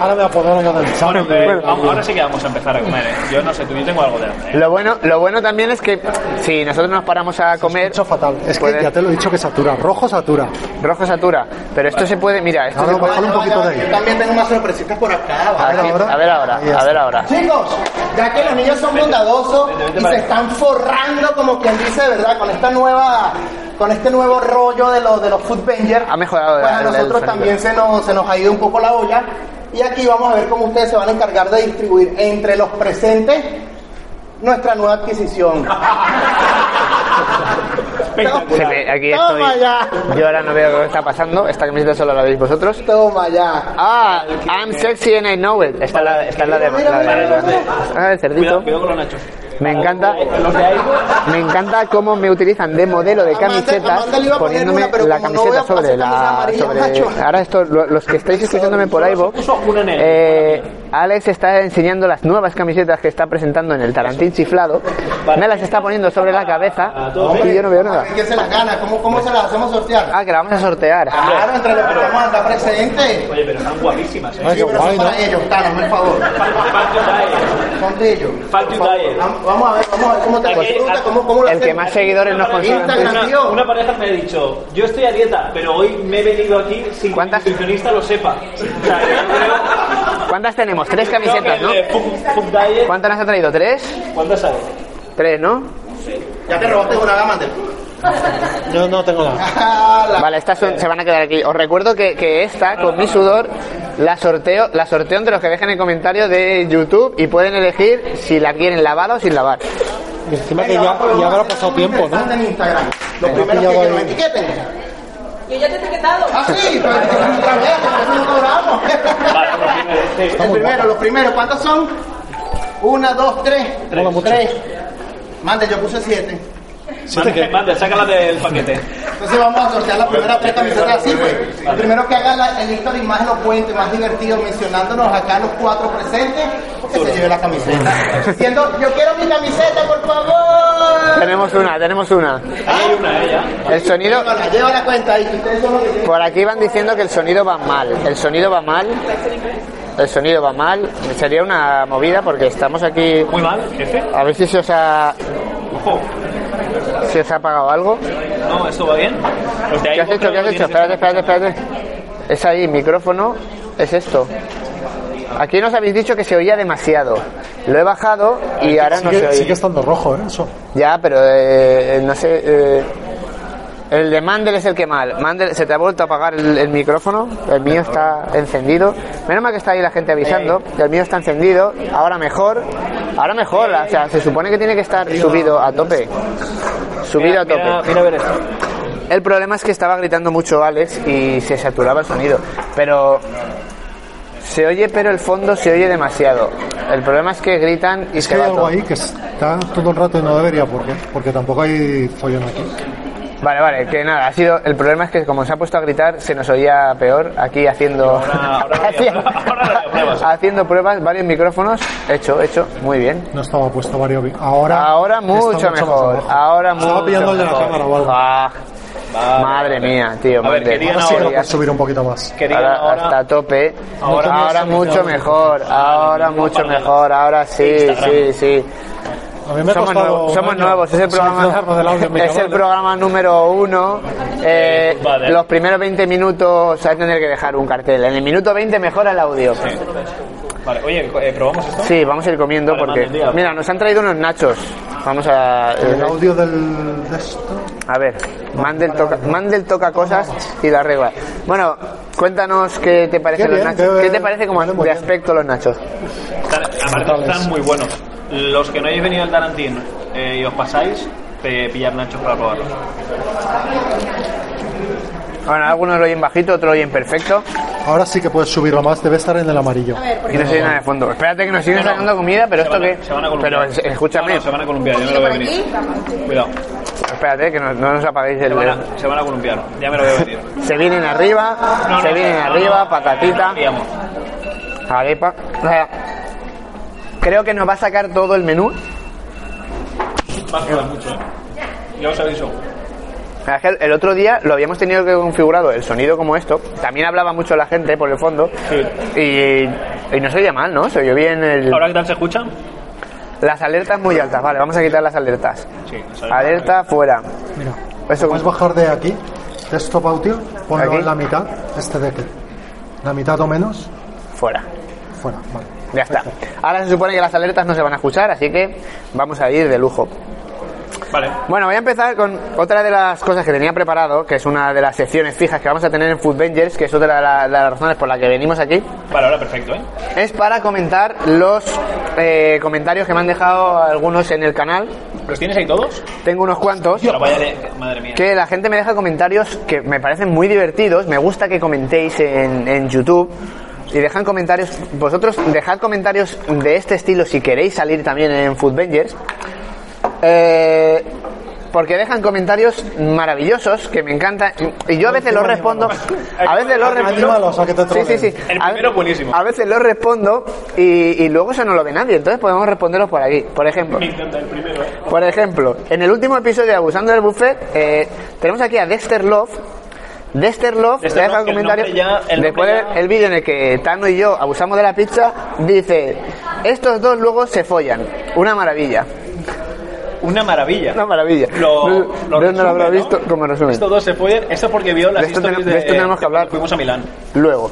Speaker 3: Ahora me apodaron ya del
Speaker 2: Ahora,
Speaker 3: chavo.
Speaker 2: eh, vamos- ahora sí que vamos a empezar a comer, ¿eh? Yo no sé, tú, yo tengo algo de hambre. ¿eh?
Speaker 1: Lo bueno, lo bueno también es que si nosotros nos paramos a comer,
Speaker 3: Hecho fatal. Es que
Speaker 1: Puede-
Speaker 3: ya te lo he dicho que satura. Rojo satura.
Speaker 1: rojo satura. Pero esto se puede, mira, esto
Speaker 3: Ahora
Speaker 1: se
Speaker 3: lo voy a
Speaker 1: puede.
Speaker 3: dejar un poquito de ahí.
Speaker 4: Yo también tengo unas sorpresitas por acá.
Speaker 3: A ver
Speaker 4: ¿vale?
Speaker 3: ahora.
Speaker 1: A ver ahora,
Speaker 3: Ahí
Speaker 1: a ver ahora.
Speaker 4: Chicos, ya que los niños son bondadosos
Speaker 2: vente
Speaker 4: y
Speaker 2: para acá.
Speaker 4: se están forrando, como quien dice, ¿verdad? Con esta nueva. Con este nuevo rollo de los, de los Food Bangers.
Speaker 1: Ha mejorado
Speaker 4: Pues a
Speaker 1: el- el
Speaker 4: nosotros
Speaker 1: sonido.
Speaker 4: también se nos, se nos ha ido un poco la olla. Y aquí vamos a ver cómo ustedes se van a encargar de distribuir entre los presentes nuestra nueva adquisición.
Speaker 1: Se ve- aquí
Speaker 4: Toma
Speaker 1: estoy.
Speaker 4: ya.
Speaker 1: Yo ahora no veo lo que está pasando. Esta camiseta solo la veis vosotros.
Speaker 4: Toma ya.
Speaker 1: Ah, I'm sexy and I know it. Esta es la, esta es la de. La de ah, el
Speaker 2: Cuidado,
Speaker 1: cerdito.
Speaker 2: cuidado con los nachos.
Speaker 1: Me encanta. Eh,
Speaker 2: Los de ahí.
Speaker 1: Me encanta cómo me utilizan de modelo de
Speaker 4: Amanda-
Speaker 1: camisetas
Speaker 4: Amanda le iba a poner
Speaker 1: poniéndome
Speaker 4: una, pero
Speaker 1: la
Speaker 4: como no voy
Speaker 1: camiseta
Speaker 4: a pasar
Speaker 1: sobre
Speaker 4: camisa
Speaker 1: la
Speaker 4: amarilla, macho.
Speaker 1: sobre ahora esto lo- los que estáis escuchándome por ahí Bob,
Speaker 2: puso una en el-
Speaker 1: eh, Alex está enseñando las nuevas camisetas que está presentando en el Tarantín chiflado me las está poniendo sobre la cabeza y yo no veo nada
Speaker 4: ¿Quién se las gana? ¿Cómo, cómo se las hacemos sortear?
Speaker 1: ah que la vamos a sortear
Speaker 4: Claro, entre los que vamos a andar presentes.
Speaker 2: Oye, pero están guapísimas, ¿eh?
Speaker 3: Ay,
Speaker 4: Sí,
Speaker 3: qué
Speaker 4: pero son
Speaker 3: guay, ¿no?
Speaker 4: para ellos, Tano, hazme el favor.
Speaker 2: Fat to diet.
Speaker 4: Son de ellos.
Speaker 2: Fat to diet.
Speaker 4: Vam- Vamos a ver, vamos a ver cómo te
Speaker 2: Aquí-
Speaker 4: resulta, cómo, cómo lo
Speaker 1: el que
Speaker 4: hacen.
Speaker 1: más seguidores nos consigue en Twitter.
Speaker 4: Instagram,
Speaker 2: Una,
Speaker 4: tío.
Speaker 2: una pareja me ha dicho, yo estoy a dieta, pero hoy me he venido aquí sin que
Speaker 1: ¿Cuántas?
Speaker 2: el nutricionista lo sepa. O sea, yo creo-
Speaker 1: ¿cuántas tenemos? tres
Speaker 2: creo, que
Speaker 1: camisetas
Speaker 2: el
Speaker 1: ¿no?
Speaker 2: de Food- Food Diet-
Speaker 1: ¿cuántas nos ha traído? ¿tres?
Speaker 2: ¿Cuántas hay?
Speaker 1: ¿tres no?
Speaker 4: Ya te robaste una gama del.
Speaker 3: Yo no tengo nada.
Speaker 1: Vale, estas son- se van a quedar aquí. Os recuerdo que, que esta, con mi sudor, la sorteo, la sorteo entre los que dejen el comentario de YouTube y pueden elegir si la quieren lavada o sin lavar.
Speaker 3: Y encima que ya, ya habrá pasado tiempo, ¿no?
Speaker 4: En Instagram. Los
Speaker 3: Venga,
Speaker 4: primeros que,
Speaker 3: pilla
Speaker 4: que nos
Speaker 3: ahí.
Speaker 4: etiqueten.
Speaker 7: Yo ya te he etiquetado.
Speaker 4: Ah, sí, pero otra vez, por eso no cobramos.
Speaker 2: Vale, pues, sí, sí.
Speaker 4: El primero, los primeros, ¿cuántos son? Una, dos, tres.
Speaker 3: Mola mucho.
Speaker 4: Tres. Mande, yo puse siete.
Speaker 2: Mande, mande, sácala del paquete.
Speaker 4: Entonces vamos a sortear las primeras tres camisetas así, pues. El primero que haga la- el historia más elocuente, más divertido, mencionándonos acá los cuatro presentes, que se lleve la camiseta. Diciendo, yo quiero mi camiseta, por favor.
Speaker 1: Tenemos una, tenemos una.
Speaker 2: Ahí hay una, ella.
Speaker 1: El sonido,
Speaker 4: Llévala, lleva la cuenta ahí. Ustedes son los que tienen-
Speaker 1: por aquí van diciendo que el sonido va mal. El sonido va mal. El sonido va mal. Sería una movida porque estamos aquí.
Speaker 2: Muy mal, jefe.
Speaker 1: A ver si se os ha,
Speaker 2: Ojo.
Speaker 1: si os ha apagado algo.
Speaker 2: No, esto va bien. Los de ahí
Speaker 1: ¿Qué has hecho? ¿Qué has hecho? Espérate, espérate, espérate. Es ahí, micrófono, es esto. Aquí nos habéis dicho que se oía demasiado. Lo he bajado y ahora no se
Speaker 3: Sigue, sigue
Speaker 1: oye.
Speaker 3: estando rojo, ¿eh? Eso.
Speaker 1: Ya, pero eh, no sé. eh, el de Mandel es el que mal. Mandel, se te ha vuelto a apagar el, el micrófono. El mío está encendido. Menos mal que está ahí la gente avisando. que El mío está encendido. Ahora mejor. Ahora mejor. O sea, se supone que tiene que estar subido a tope. Subido a tope.
Speaker 2: Mira, mira a ver esto.
Speaker 1: El problema es que estaba gritando mucho Alex y se saturaba el sonido. Pero se oye, pero el fondo se oye demasiado. El problema es que gritan y
Speaker 3: Es
Speaker 1: se
Speaker 3: que hay
Speaker 1: va
Speaker 3: algo
Speaker 1: todo.
Speaker 3: ahí que está todo el rato y no debería, ¿por qué? Porque tampoco hay follón aquí.
Speaker 1: Vale, vale, que nada, ha sido. El problema es que como se ha puesto a gritar, se nos oía peor aquí haciendo.
Speaker 2: Ahora- ahora lo haría-
Speaker 1: haciendo,
Speaker 2: ahora lo haría pruebas.
Speaker 1: haciendo pruebas, varios micrófonos. Hecho, hecho, muy bien.
Speaker 3: No estaba puesto varios. vi- Ahora.
Speaker 1: Ahora
Speaker 3: está
Speaker 1: mucho,
Speaker 3: más
Speaker 1: mejor.
Speaker 3: abajo.
Speaker 1: Ahora
Speaker 3: Estaba
Speaker 1: mucho
Speaker 3: pillando el de la
Speaker 1: mejor.
Speaker 3: cámara o algo.
Speaker 1: Ah,
Speaker 2: Vale,
Speaker 1: madre
Speaker 2: vale.
Speaker 1: mía, tío.
Speaker 2: A ver,
Speaker 1: madre.
Speaker 2: querían
Speaker 3: Ahora sí que lo
Speaker 2: ahora-
Speaker 3: puedes subir un poquito más.
Speaker 2: Querían
Speaker 1: Ahora,
Speaker 2: ahora-
Speaker 1: hasta a tope.
Speaker 2: Ahora-
Speaker 1: Ahora, mucho mejor. Ahora mucho mejor. Ahora sí,
Speaker 2: Instagram.
Speaker 1: sí, sí.
Speaker 3: A mí me ha
Speaker 1: Somos,
Speaker 3: costado
Speaker 1: nuevos,
Speaker 3: un
Speaker 1: somos
Speaker 3: año
Speaker 1: nuevos. Es el
Speaker 3: solucionarlo del
Speaker 1: programa,
Speaker 3: audio en mi
Speaker 1: es el
Speaker 3: cable.
Speaker 1: programa número uno. Eh,
Speaker 2: Vale.
Speaker 1: Los primeros 20 minutos hay que tener que dejar un cartel. En el minuto 20 mejora el audio.
Speaker 2: Vale, oye, eh, probamos esto.
Speaker 1: Sí, vamos a ir comiendo
Speaker 2: Vale,
Speaker 1: porque.
Speaker 2: mande, diga.
Speaker 1: Mira, nos han traído unos nachos. Vamos a. eh,
Speaker 3: El audio del. de esto.
Speaker 1: A ver, Mandel toca, Mandel toca cosas y la regla. Bueno, cuéntanos qué te parecen
Speaker 3: Qué
Speaker 1: los
Speaker 3: bien,
Speaker 1: nachos.
Speaker 3: qué-
Speaker 1: ¿Qué te parece como
Speaker 3: huele muy
Speaker 1: de
Speaker 3: bien.
Speaker 1: aspecto los nachos?
Speaker 2: Están, aparte, están muy buenos. Los que no hayáis venido al Tarantín eh, y os pasáis, pe- pillar nachos para probarlos.
Speaker 1: Bueno, algunos lo oyen bajito, otros lo oyen perfecto.
Speaker 3: Ahora sí que puedes subirlo más, debe estar en el amarillo.
Speaker 1: Y no se llena de fondo. Espérate que nos siguen
Speaker 2: No, no.
Speaker 1: sacando comida, pero
Speaker 2: Se
Speaker 1: esto
Speaker 2: van a-
Speaker 1: qué.
Speaker 2: se van a columpiar.
Speaker 1: Pero es- escúchame,
Speaker 2: No, no, se van a columpiar, yo no lo veo venir. Cuidado,
Speaker 1: espérate que no, no nos apaguéis
Speaker 2: se
Speaker 1: el.
Speaker 2: van, a, se van a columpiar, ya me lo veo venir.
Speaker 1: Se vienen arriba,
Speaker 2: No,
Speaker 1: se
Speaker 2: no,
Speaker 1: vienen
Speaker 2: no, no,
Speaker 1: arriba,
Speaker 2: no,
Speaker 1: patatita,
Speaker 2: no, digamos.
Speaker 1: arepa. O sea, creo que nos va a sacar todo el menú.
Speaker 2: Va a sudar mucho, ¿eh? Ya os aviso.
Speaker 1: La verdad es que El otro día lo habíamos tenido que configurado el sonido como esto. También hablaba mucho la gente por el fondo. Y, y no se oía mal, ¿no? Se oyó bien el-
Speaker 2: ¿Ahora qué tal se escucha?
Speaker 1: las alertas muy altas. Vale, vamos a quitar las alertas.
Speaker 2: Sí,
Speaker 1: Alerta fuera.
Speaker 3: Mira,
Speaker 1: Eso
Speaker 3: puedes
Speaker 1: como-
Speaker 3: bajar de aquí, de stop audio, ponlo
Speaker 1: ¿Aquí?
Speaker 3: en la mitad, este de aquí. La mitad o menos,
Speaker 1: fuera.
Speaker 3: fuera, vale.
Speaker 1: Ya está. Ahora se supone que las alertas no se van a escuchar, así que vamos a ir de lujo.
Speaker 2: Vale.
Speaker 1: Bueno, voy a empezar con otra de las cosas que tenía preparado, que es una de las secciones fijas que vamos a tener en Food Vengers, que es otra de, la- de las razones por las que venimos aquí.
Speaker 2: Vale, ahora perfecto, ¿eh?
Speaker 1: Es para comentar los eh, comentarios que me han dejado algunos en el canal.
Speaker 2: ¿Los tienes ahí todos?
Speaker 1: Tengo unos cuantos.
Speaker 2: Pero vaya de- Madre mía.
Speaker 1: Que la gente me deja comentarios que me parecen muy divertidos. Me gusta que comentéis en, en YouTube. Y dejan comentarios. Vosotros dejad comentarios de este estilo si queréis salir también en Foodbangers. Eh, porque dejan comentarios maravillosos que me encantan. Y yo a veces los respondo. A veces los
Speaker 3: Anímalos a que te
Speaker 1: respondo. Sí,
Speaker 3: troleen.
Speaker 1: sí, sí.
Speaker 2: El
Speaker 1: A-
Speaker 2: primero es buenísimo.
Speaker 1: A veces los respondo y, y luego eso no lo ve nadie. Entonces podemos responderlos por aquí. Por ejemplo.
Speaker 2: Me encanta el primero, ¿eh?
Speaker 1: Por ejemplo, en el último episodio de Abusando del Buffet, eh, tenemos aquí a Dexter Love. Dexter Love,
Speaker 2: Dexter
Speaker 1: le deja
Speaker 2: Love,
Speaker 1: un
Speaker 2: que el
Speaker 1: comentario.
Speaker 2: nombre ya- el nombre
Speaker 1: después del
Speaker 2: ya-
Speaker 1: el vídeo en el que Tano y yo abusamos de la pizza, dice: Estos dos luego se follan. Una maravilla.
Speaker 2: Una maravilla.
Speaker 1: Una maravilla.
Speaker 2: Lo,
Speaker 1: No-
Speaker 2: lo
Speaker 1: no
Speaker 2: resume,
Speaker 1: lo habrá visto como resumen.
Speaker 2: Estos dos se pueden. Eso porque vio las
Speaker 1: De esto
Speaker 2: historias
Speaker 1: tenemos- de esto tenemos que hablar.
Speaker 2: cuando Fuimos a Milán.
Speaker 1: Luego,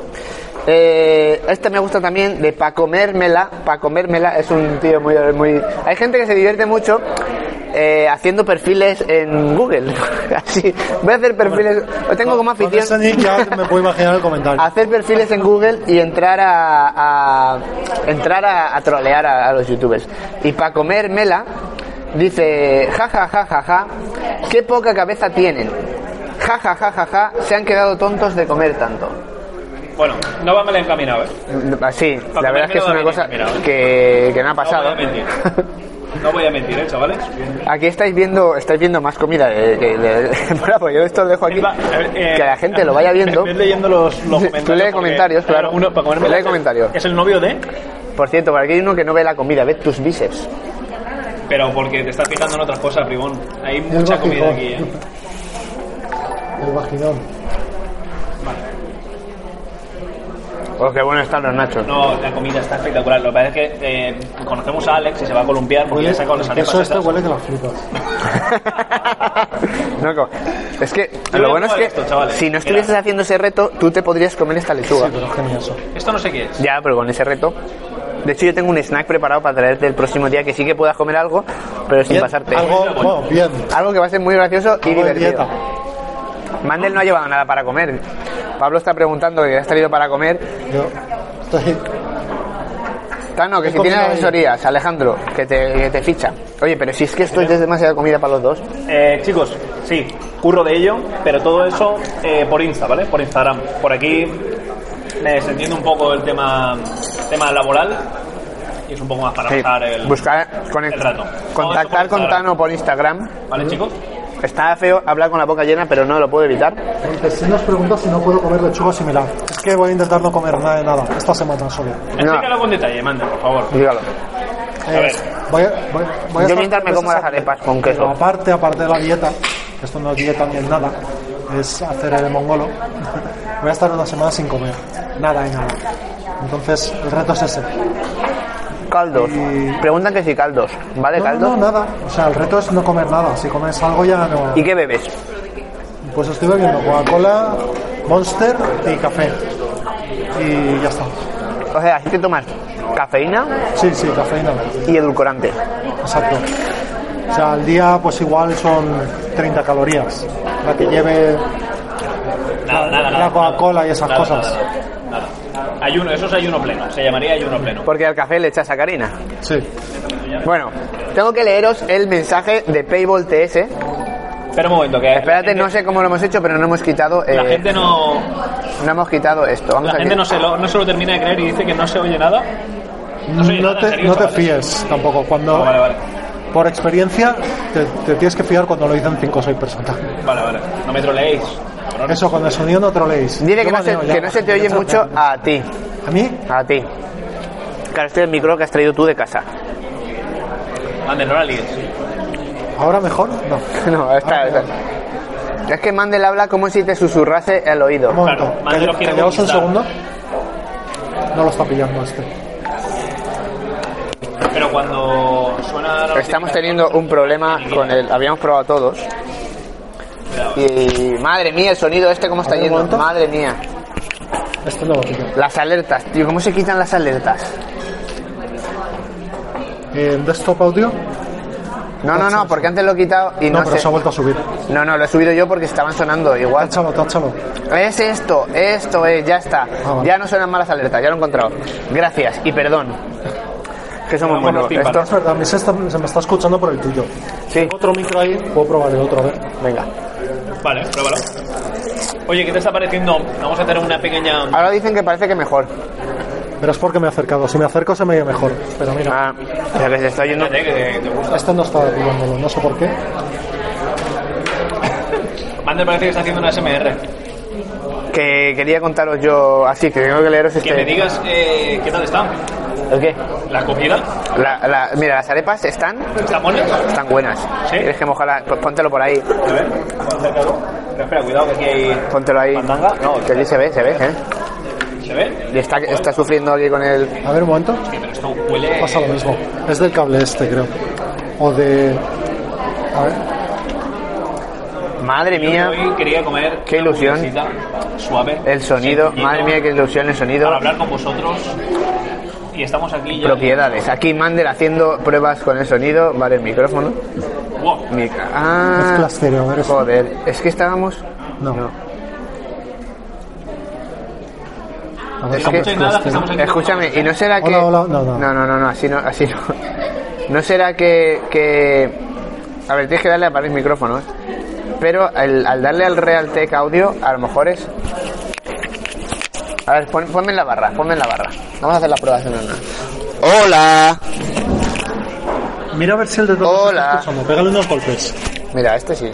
Speaker 1: eh, este me gusta también de Pa' comérmela. Pa' comérmela es un tío muy, muy. Hay gente que se divierte mucho eh, haciendo perfiles en Google. Así, voy a hacer perfiles. Lo tengo como
Speaker 3: Con ese
Speaker 1: afición. Ah,
Speaker 3: nick ya me puedo imaginar el comentario.
Speaker 1: Hacer perfiles en Google y entrar a, a- entrar a, a trolear a, a los youtubers. Y Pa' comérmela dice, ja ja ja ja ja, qué poca cabeza tienen. Ja ja ja ja ja, se han quedado tontos de comer tanto.
Speaker 2: Bueno, no va mal encaminado, ¿eh?
Speaker 1: Ah, Sí,
Speaker 2: Para
Speaker 1: la verdad es que es una
Speaker 2: comérmelo
Speaker 1: cosa
Speaker 2: de la mira, ¿eh?
Speaker 1: que, que no ha
Speaker 2: No
Speaker 1: pasado.
Speaker 2: voy a mentir. No voy a mentir, ¿eh, chavales?
Speaker 1: Aquí estáis viendo, estáis viendo más comida de- que de- bueno, pues yo esto lo dejo aquí.
Speaker 2: Va, a ver, eh,
Speaker 1: Que la gente lo vaya viendo.
Speaker 2: Ven leyendo los, los
Speaker 1: Tú
Speaker 2: comentarios.
Speaker 1: lee
Speaker 2: porque
Speaker 1: comentarios,
Speaker 2: hay
Speaker 1: claro.
Speaker 2: alguno- para comerme
Speaker 1: Lee
Speaker 2: las-
Speaker 1: comentarios.
Speaker 2: Es el novio de.
Speaker 1: Por cierto, por aquí hay uno que no ve la comida, ve tus bíceps.
Speaker 2: Pero porque te estás fijando en otras cosas, Bribón. Hay mucha
Speaker 3: bajijón.
Speaker 2: comida aquí, ¿eh?
Speaker 3: El vaginón.
Speaker 1: Oh, qué bueno están los nachos.
Speaker 2: No, la comida está espectacular. Lo que pasa es que eh, conocemos a Alex y se va a columpiar porque le ha sacado las
Speaker 3: el queso
Speaker 2: arepas.
Speaker 3: este
Speaker 2: estas.
Speaker 3: huele que la flipas.
Speaker 1: No, co- es que
Speaker 2: voy
Speaker 1: lo
Speaker 2: a
Speaker 1: bueno es
Speaker 2: probar
Speaker 1: que
Speaker 2: esto, chavales.
Speaker 1: si no
Speaker 2: Mira.
Speaker 1: estuvieses haciendo ese reto, tú te podrías comer esta lechuga.
Speaker 3: Sí, pero es genioso.
Speaker 2: Esto no sé qué es.
Speaker 1: Ya, pero con ese reto. De hecho, yo tengo un snack preparado para traerte el próximo día que sí que puedas comer algo, pero sin
Speaker 3: Bien,
Speaker 1: pasarte.
Speaker 3: Algo, bueno, bien.
Speaker 1: Algo que va a ser muy gracioso y
Speaker 3: Algo de
Speaker 1: divertido.
Speaker 3: dieta.
Speaker 1: Mandel no ha llevado nada para comer. Pablo está preguntando que ha salido para comer.
Speaker 3: Yo estoy...
Speaker 1: Tano, que
Speaker 3: He
Speaker 1: si tienes
Speaker 3: comido ahí.
Speaker 1: asesorías, Alejandro, que te, que te ficha. Oye, pero si es que esto es demasiada comida para los dos.
Speaker 2: Eh, chicos, sí, curro de ello, pero todo eso eh, por Insta, ¿vale? Por Instagram. Por aquí me desentiendo un poco el tema, tema laboral y es un poco más para
Speaker 1: Sí.
Speaker 2: pasar el,
Speaker 1: Buscar, conect-
Speaker 2: el rato.
Speaker 1: contactar
Speaker 2: Todo eso por
Speaker 1: con
Speaker 2: Instagram.
Speaker 1: Tano por Instagram.
Speaker 2: ¿Vale, chicos?
Speaker 1: Está feo hablar con la boca llena, pero no lo puedo evitar.
Speaker 3: El si nos pregunta si no puedo comer lechuga similar. Es que voy a intentar no comer nada de nada esta semana solo.
Speaker 2: Explícalo con detalle, manda, por favor.
Speaker 1: Dígalo.
Speaker 3: Eh,
Speaker 2: ver.
Speaker 3: voy a- voy- voy a
Speaker 1: Yo
Speaker 3: estar
Speaker 1: mientras me
Speaker 3: tres
Speaker 1: como
Speaker 3: meses
Speaker 1: las
Speaker 3: aquí.
Speaker 1: arepas con queso.
Speaker 3: Pero aparte, aparte de la dieta, que esto no es dieta ni es nada, es hacer el mongolo, voy a estar una semana sin comer. Nada de nada. Entonces, el reto es ese.
Speaker 1: Caldos.
Speaker 3: Y-
Speaker 1: Preguntan que si caldos. ¿Vale,
Speaker 3: No,
Speaker 1: caldos?
Speaker 3: no, no, nada. O sea, el reto es no comer nada. Si comes algo ya no...
Speaker 1: ¿Y qué bebes?
Speaker 3: Pues estoy bebiendo Coca-Cola, Monster y café. Y ya está.
Speaker 1: O sea, así que tomas cafeína
Speaker 3: Sí, sí, café y nada.
Speaker 1: y edulcorante.
Speaker 3: Exacto. O sea, al día pues igual son 30 calorías. La que lleve
Speaker 2: Nada, nada,
Speaker 3: la
Speaker 2: nada.
Speaker 3: Coca-Cola y esas
Speaker 2: Nada,
Speaker 3: cosas.
Speaker 2: Nada, nada. Ayuno, eso es ayuno pleno, se llamaría ayuno pleno.
Speaker 1: Porque al café le echas sacarina.
Speaker 3: Sí.
Speaker 1: Bueno, tengo que leeros el mensaje de Payball TS.
Speaker 2: Espera un momento, que
Speaker 1: Espérate, no sé cómo lo hemos hecho, pero no hemos quitado.
Speaker 2: la
Speaker 1: eh,
Speaker 2: gente no,
Speaker 1: no hemos quitado esto. Vamos
Speaker 2: la
Speaker 1: aquí.
Speaker 2: gente no se, lo, no se lo termina de creer y dice que no se oye nada. No se oye
Speaker 3: No
Speaker 2: nada, en
Speaker 3: te,
Speaker 2: serio,
Speaker 3: no te
Speaker 2: chavales.
Speaker 3: fíes tampoco. Cuando,
Speaker 2: Ah, vale, vale.
Speaker 3: Por experiencia, te, te tienes que fiar cuando lo dicen 5 o 6 personas.
Speaker 2: Vale, vale. No me troleéis. cabrones.
Speaker 3: Eso, con el sonido no troleéis.
Speaker 1: Dile que
Speaker 3: Yo
Speaker 1: no, se,
Speaker 3: baneo ya.
Speaker 1: que no se te oye
Speaker 3: Ya
Speaker 1: mucho
Speaker 3: está.
Speaker 1: a ti.
Speaker 3: ¿A mí?
Speaker 1: A ti. Claro, este es el micro que has traído tú de casa.
Speaker 2: Ander, no la líes.
Speaker 3: ¿Ahora mejor? No.
Speaker 1: No, está, está. Es que Mandel habla como si te susurrase el oído.
Speaker 3: Un momento.
Speaker 2: Claro, Mandel los quiere
Speaker 3: Callaos un segundo.
Speaker 2: conquistar.
Speaker 3: No lo está pillando este.
Speaker 2: Pero cuando suena la
Speaker 1: Estamos teniendo un problema con el. Habíamos probado todos. Y madre mía, el sonido este cómo está
Speaker 3: A ver, un
Speaker 1: yendo.
Speaker 3: momento.
Speaker 1: Madre mía.
Speaker 3: Este no lo pillo.
Speaker 1: Las alertas, tío, ¿cómo se quitan las alertas?
Speaker 3: ¿En desktop audio?
Speaker 1: No, no, no, porque antes lo he quitado y
Speaker 3: No,
Speaker 1: no,
Speaker 3: pero
Speaker 1: sé.
Speaker 3: se ha vuelto a subir.
Speaker 1: No, no, lo he subido yo porque estaban sonando igual.
Speaker 3: Táchalo, táchalo.
Speaker 1: Es esto, esto es, ya está.
Speaker 3: Ah, vale.
Speaker 1: Ya no suenan malas alertas, ya lo he encontrado. Gracias y perdón. Que somos
Speaker 2: Vamos los
Speaker 1: buenos.
Speaker 2: tímpanos.
Speaker 1: Esto,
Speaker 3: Es verdad, a mí se, está- se me está escuchando por el tuyo.
Speaker 1: sí.
Speaker 3: Otro micro ahí. Puedo probar el otro, a ver.
Speaker 1: Venga.
Speaker 2: Vale, pruébalo. Oye, ¿qué te está pareciendo? Vamos a hacer una pequeña...
Speaker 1: Ahora dicen que parece que mejor.
Speaker 3: Pero es porque me he acercado. Si me acerco se me oye mejor. Pero
Speaker 1: Ah,
Speaker 3: mira,
Speaker 1: ya que se está yendo.
Speaker 2: Espérate, que te gusta.
Speaker 3: este no está pillándolo, no sé por qué.
Speaker 2: Ander parece que está haciendo una SMR.
Speaker 1: Que quería contaros yo así, que tengo que leeros este.
Speaker 2: Que me digas eh, qué tal está.
Speaker 1: ¿El qué?
Speaker 2: La comida.
Speaker 1: La- la- mira, las arepas están,
Speaker 2: ¿Está buena?
Speaker 1: están buenas.
Speaker 2: ¿Sí?
Speaker 1: Tienes que mojarla, pues póntelo por ahí.
Speaker 2: A ver, acércalo. Pero espera, cuidado que aquí hay...
Speaker 1: Póntelo ahí.
Speaker 2: ¿Mandanga? No,
Speaker 1: que aquí se ve, se ve, ¿eh?
Speaker 2: ¿Se ve?
Speaker 1: Y está, está sufriendo aquí con el.
Speaker 3: A ver, un momento.
Speaker 2: Sí, pero esto huele...
Speaker 3: Pasa lo mismo. Es del cable este, creo. O de... A ver.
Speaker 1: Madre mía,
Speaker 2: Hoy quería comer...
Speaker 1: Qué
Speaker 2: una
Speaker 1: ilusión.
Speaker 2: hamburguesita Suave.
Speaker 1: el sonido.
Speaker 2: sencillito,
Speaker 1: Madre mía, qué ilusión el sonido.
Speaker 2: Para hablar con vosotros. Y estamos aquí ya...
Speaker 1: Propiedades. Aquí Mander haciendo pruebas con el sonido. Vale, el micrófono.
Speaker 2: Wow.
Speaker 1: Mic- Ah,
Speaker 3: Mezcla estéreo, a ver eso.
Speaker 1: Joder, es que estábamos.
Speaker 3: No. A ver, este?
Speaker 1: Es
Speaker 2: No
Speaker 1: que-
Speaker 2: escucháis nada, que estamos aquí.
Speaker 1: Escúchame, ¿y no será
Speaker 3: Hola,
Speaker 1: que.?
Speaker 3: hola, no, no.
Speaker 1: no, no, no, así no. Así no. ¿No será que, que. A ver, tienes que darle a varios micrófonos. ¿eh? Pero al- al darle al Realtek Audio, a lo mejor es. A ver, pon- ponme en la barra, ponme en la barra. Vamos a hacer las pruebas en una. ¡Hola!
Speaker 3: Mira a ver si el de todos
Speaker 1: Hola.
Speaker 3: está escuchando. Pégale unos golpes.
Speaker 1: Mira, este sí.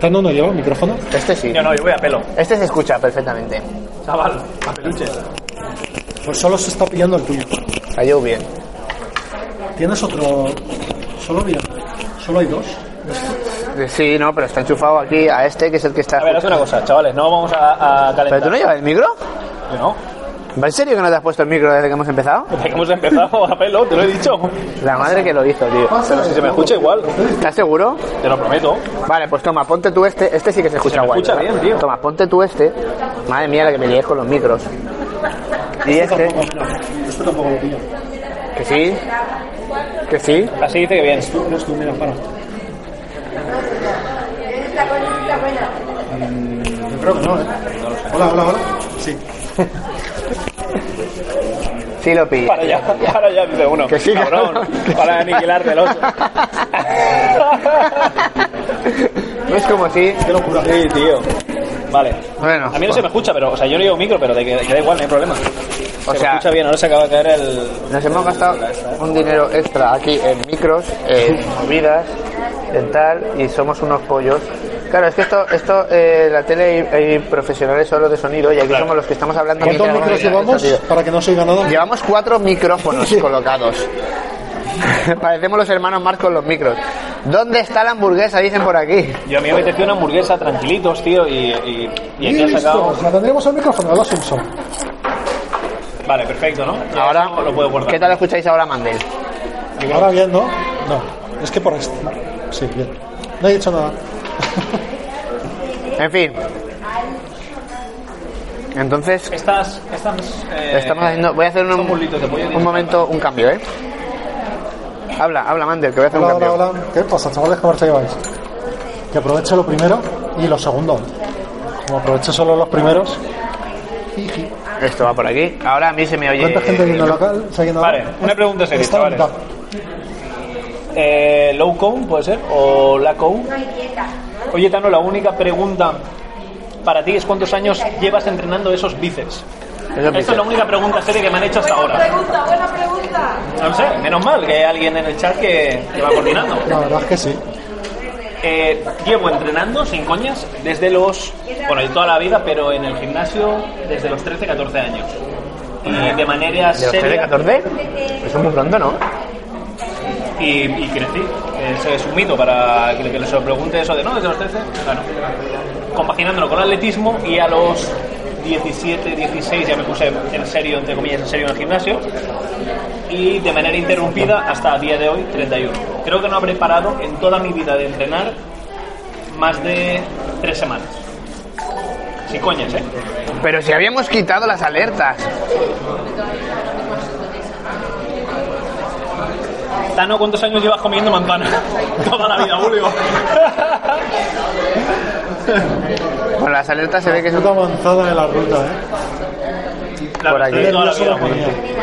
Speaker 3: ¿Tan uno lleva el micrófono?
Speaker 1: Este sí.
Speaker 2: Yo no, yo voy a pelo.
Speaker 1: Este se escucha perfectamente.
Speaker 2: Chaval, a peluche.
Speaker 3: Pues solo se está pillando el tuyo.
Speaker 1: Cayó bien.
Speaker 3: ¿Tienes otro...? Solo mira. Solo hay dos.
Speaker 1: Sí, no, pero está enchufado aquí a este que es el que está.
Speaker 2: A ver, haz una cosa, chavales, no vamos a, a calentar.
Speaker 1: ¿Pero tú no llevas el micro?
Speaker 2: Yo no.
Speaker 1: ¿En serio que no te has puesto el micro desde que hemos empezado?
Speaker 2: Desde que hemos empezado a pelo, te lo he dicho.
Speaker 1: La madre que lo hizo, tío.
Speaker 2: Pero si se me escucha igual,
Speaker 1: ¿Estás seguro?
Speaker 2: te lo prometo.
Speaker 1: Vale, pues toma, ponte tú este. Este sí que se escucha
Speaker 2: me
Speaker 1: guay.
Speaker 2: escucha
Speaker 1: ¿verdad?
Speaker 2: bien, tío.
Speaker 1: Toma, ponte tú este. Madre mía, la que me lié con los micros. Y este,
Speaker 3: Esto tampoco lo pillo.
Speaker 1: que sí, que sí.
Speaker 2: Así dice que bien.
Speaker 3: Tú eres tú, mira, para. Mm, Yo creo que no, ¿eh? Hola, hola, hola. Sí.
Speaker 1: Sí lo pillo.
Speaker 2: Para allá, para allá, dice uno.
Speaker 1: Que sí,
Speaker 2: cabrón.
Speaker 1: cabrón.
Speaker 2: Para aniquilarte el otro.
Speaker 1: No es como si.
Speaker 3: Qué locura.
Speaker 2: Sí, tío. Vale.
Speaker 1: Bueno, pues.
Speaker 2: A mí no se me escucha, pero, o sea, yo no llevo micro, pero de que, de que da igual, no hay problema. Se
Speaker 1: O
Speaker 2: me
Speaker 1: sea-
Speaker 2: escucha bien, ahora se acaba de caer el.
Speaker 1: nos hemos gastado un dinero extra aquí en micros, en movidas, en tal, y somos unos pollos. Claro, es que esto, esto, eh, la tele hay, hay profesionales solo de sonido y aquí
Speaker 2: Claro.
Speaker 1: somos los que estamos hablando.
Speaker 3: ¿Cuántos
Speaker 1: mientras-
Speaker 3: micros llevamos
Speaker 1: Tío.
Speaker 3: para que no se oiga nada?
Speaker 1: Llevamos cuatro micrófonos colocados. Parecemos los hermanos Marcos con los micros. ¿Dónde está la hamburguesa? Dicen por aquí.
Speaker 2: Yo a mí me apetecía una hamburguesa, tranquilitos, tío, y, y, y aquí
Speaker 3: Y
Speaker 2: ha
Speaker 3: listo,
Speaker 2: sacado.
Speaker 3: la tendremos al micrófono, la Simpson.
Speaker 2: Vale, perfecto, ¿no? Ya
Speaker 1: Ahora,
Speaker 2: eso lo puedo guardar.
Speaker 1: ¿qué tal escucháis ahora, Mandel?
Speaker 3: Ahora bien, ¿no? No, es que por esto. Sí, bien. No he dicho nada.
Speaker 1: En fin. Entonces,
Speaker 2: Estas, estas. eh,
Speaker 1: estamos haciendo. Voy a hacer un,
Speaker 2: son mulitos de pollo.
Speaker 1: un momento, un cambio, ¿eh? Habla, habla, Mandel, que voy a hacer
Speaker 3: Hola,
Speaker 1: un
Speaker 3: hola,
Speaker 1: cambio.
Speaker 3: hola. ¿Qué pasa, chavales? ¿Cómo os lleváis? Que aproveche lo primero y lo segundo. Como aproveche solo los primeros. jiji.
Speaker 1: Esto va por aquí. Ahora a mí se me oye.
Speaker 3: ¿Cuánta gente viendo local? ¿Se ha llenado?
Speaker 2: Vale, Eh, una pregunta seria,
Speaker 3: Está
Speaker 2: chavales.
Speaker 3: mitad.
Speaker 2: eh, low cone, puede ser, o la cone. Oye, Tano, la única pregunta para ti es cuántos años llevas entrenando esos bíceps.
Speaker 1: Esos
Speaker 2: Esta es la
Speaker 1: bíceps.
Speaker 2: única pregunta seria que me han hecho hasta
Speaker 7: Buena
Speaker 2: ahora.
Speaker 7: pregunta, buena pregunta.
Speaker 2: No sé, menos mal que hay alguien en el chat que, que va coordinando.
Speaker 3: La verdad es que sí.
Speaker 2: Eh, llevo entrenando, sin coñas, desde los. Bueno, de toda la vida, pero en el gimnasio desde los 13, 14 años. Y de manera
Speaker 1: ¿De los 13,
Speaker 2: seria.
Speaker 1: 14? Eso es muy pronto, Pues ¿no?
Speaker 2: Y, y crecí. Eso es un mito para que, que les pregunte eso de no, desde los 13. Claro. Compaginándolo con atletismo y a los 17, 16 ya me puse en serio, entre comillas, en serio en el gimnasio. Y de manera interrumpida hasta a día de hoy, 31. Creo que no habré parado en toda mi vida de entrenar más de tres semanas. Sin coñas, ¿eh?
Speaker 1: Pero si habíamos quitado las alertas.
Speaker 2: Tano, ¿cuántos años llevas comiendo manzana? Toda la vida, Julio.
Speaker 1: Con las alertas se ve que es
Speaker 3: Puta avanzada de la ruta, ¿eh?
Speaker 2: Claro,
Speaker 1: Por aquí.
Speaker 2: estoy toda la vida,
Speaker 3: Nervioso me
Speaker 2: Julio.
Speaker 3: ponía.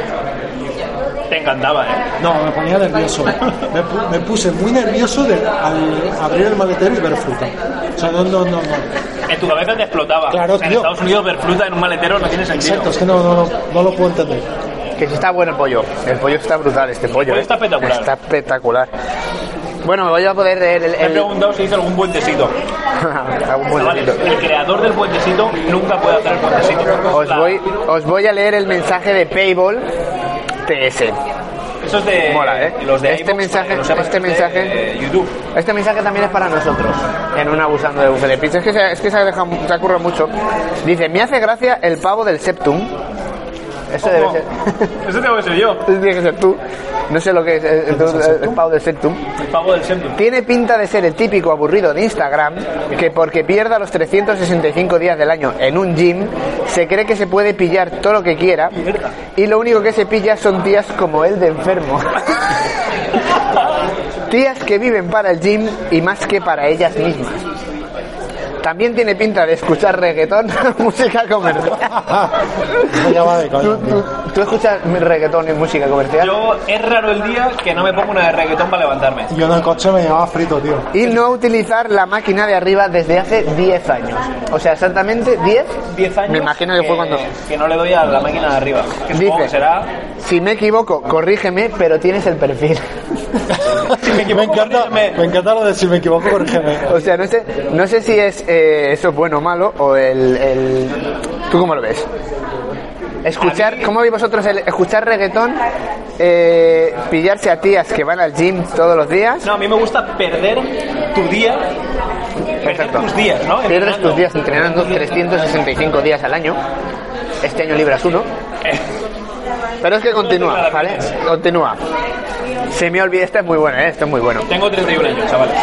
Speaker 2: Te encantaba, ¿eh?
Speaker 3: No, me ponía nervioso. Me, pu- me puse muy nervioso de, al abrir el maletero y ver fruta. O sea, no, no, no. no.
Speaker 2: En tu cabeza te explotaba.
Speaker 3: Claro,
Speaker 2: en
Speaker 3: tío.
Speaker 2: Estados Unidos ver fruta en un maletero no tiene sentido.
Speaker 3: Exacto, es que no, no, no, no lo puedo entender.
Speaker 1: Que si está bueno el pollo. El pollo está brutal, este pollo. ¿eh?
Speaker 2: pollo Pues está espectacular.
Speaker 1: Está espectacular. Bueno, me voy a poder leer el.
Speaker 2: Me he
Speaker 1: el-
Speaker 2: preguntado si hizo algún puentecito.
Speaker 1: Algún buen
Speaker 2: Chavales,
Speaker 1: ratito.
Speaker 2: el creador del puentecito nunca puede hacer el puentecito.
Speaker 1: Os
Speaker 2: La-
Speaker 1: voy, os voy a leer el mensaje de Payball TS.
Speaker 2: Eso es de.
Speaker 1: Mola, ¿eh?
Speaker 2: Los de
Speaker 1: Este
Speaker 2: iVoox,
Speaker 1: mensaje-
Speaker 2: que lo sepas,
Speaker 1: este
Speaker 2: es de,
Speaker 1: mensaje-
Speaker 2: eh, YouTube.
Speaker 1: Este mensaje también es para nosotros, en un abusando de buffet de pizza. Es que, se, es que se ha, dejado, se ha currado mucho. Dice, me hace gracia el pavo del septum. Eso debe
Speaker 2: No,
Speaker 1: ser.
Speaker 2: Eso tengo que ser yo.
Speaker 1: Ese tiene que ser tú. No sé lo que es eh, tú, eh, el pavo del septum.
Speaker 2: El pavo del centro.
Speaker 1: Tiene pinta de ser el típico aburrido de Instagram que porque pierda los 365 días del año en un gym, se cree que se puede pillar todo lo que quiera y lo único que se pilla son tías como él de enfermo. tías que viven para el gym y más que para ellas mismas. También tiene pinta de escuchar reggaetón, música comercial.
Speaker 3: Eso ya va de coña,
Speaker 1: ¿Tú,
Speaker 3: tío.
Speaker 1: tú, tú escuchas reggaetón y música comercial?
Speaker 2: Yo es raro el día que no me pongo una de reggaetón para levantarme.
Speaker 3: Yo en el coche me llevaba frito, tío.
Speaker 1: Y no utilizar la máquina de arriba desde hace 10 años. O sea, exactamente 10.
Speaker 2: 10 años.
Speaker 1: Me imagino que fue cuando.
Speaker 2: Que no le doy a la máquina de arriba. Que supongo que
Speaker 1: Dice,
Speaker 2: será.
Speaker 1: si me equivoco, corrígeme, pero tienes el perfil.
Speaker 2: Si me equivoco,
Speaker 3: encanta,
Speaker 2: corrígeme.
Speaker 3: me encanta lo de si me equivoco, corrígeme.
Speaker 1: O sea, no sé, no sé si es eh, eso es bueno o malo o el, el- ¿Tú cómo lo ves? Escuchar, ¿cómo veis vosotros el escuchar reggaetón? eh, pillarse a tías que van al gym todos los días.
Speaker 2: No, a mí me gusta perder tu día. Perder
Speaker 1: Perfecto.
Speaker 2: tus días, ¿no?
Speaker 1: Pierdes
Speaker 2: Entrenando.
Speaker 1: tus días entrenando 365 días al año. Este año libras uno. Pero es que continúa, ¿vale? Continúa. Se me olvidó, este es muy bueno, ¿eh? este es muy bueno.
Speaker 2: Tengo 31 años, chavales.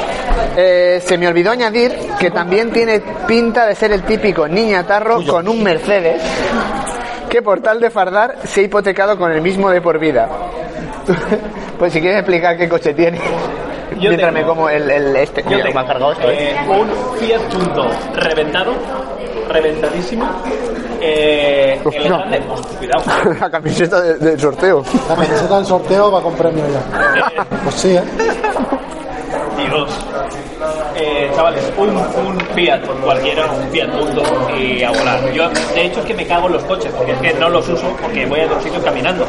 Speaker 1: Eh, se me olvidó añadir que también tiene pinta de ser el típico niña tarro con un Mercedes que por tal de fardar se ha hipotecado con el mismo de por vida. Pues si quieres explicar qué coche tiene,
Speaker 2: Yo
Speaker 1: mientras
Speaker 2: tengo-
Speaker 1: me como el, el este,
Speaker 2: Yo
Speaker 1: Mira,
Speaker 2: tengo
Speaker 1: me ha cargado esto, ¿eh?
Speaker 2: eh, un Fiat Punto reventado, reventadísimo. Eh,
Speaker 1: Uf,
Speaker 2: el
Speaker 1: no.
Speaker 2: grande, oh, cuidado.
Speaker 1: La camiseta de- del sorteo.
Speaker 3: La camiseta del sorteo va con premio ya.
Speaker 2: Eh,
Speaker 3: Pues sí, ¿eh?
Speaker 2: Dios. Eh, chavales, un, un Fiat, cualquiera, un Fiat Punto y a volar. Yo, de hecho, es que me cago en los coches, porque es que no los uso, porque voy a los sitios caminando.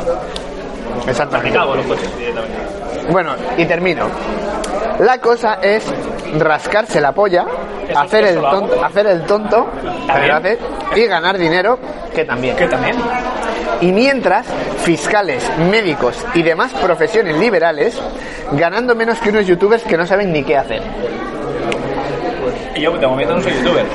Speaker 2: Me
Speaker 1: Exactamente.
Speaker 2: cago en los coches directamente.
Speaker 1: Bueno, y termino. La cosa es rascarse la polla,
Speaker 2: Eso-
Speaker 1: hacer
Speaker 2: eso
Speaker 1: el
Speaker 2: lo hago.
Speaker 1: tonto, hacer el tonto,
Speaker 2: También.
Speaker 1: lo haces, y ganar dinero, que también.
Speaker 2: Que también.
Speaker 1: Y mientras, fiscales, médicos y demás profesiones liberales, ganando menos que unos youtubers que no saben ni qué hacer.
Speaker 2: Y yo, de momento, no soy youtuber.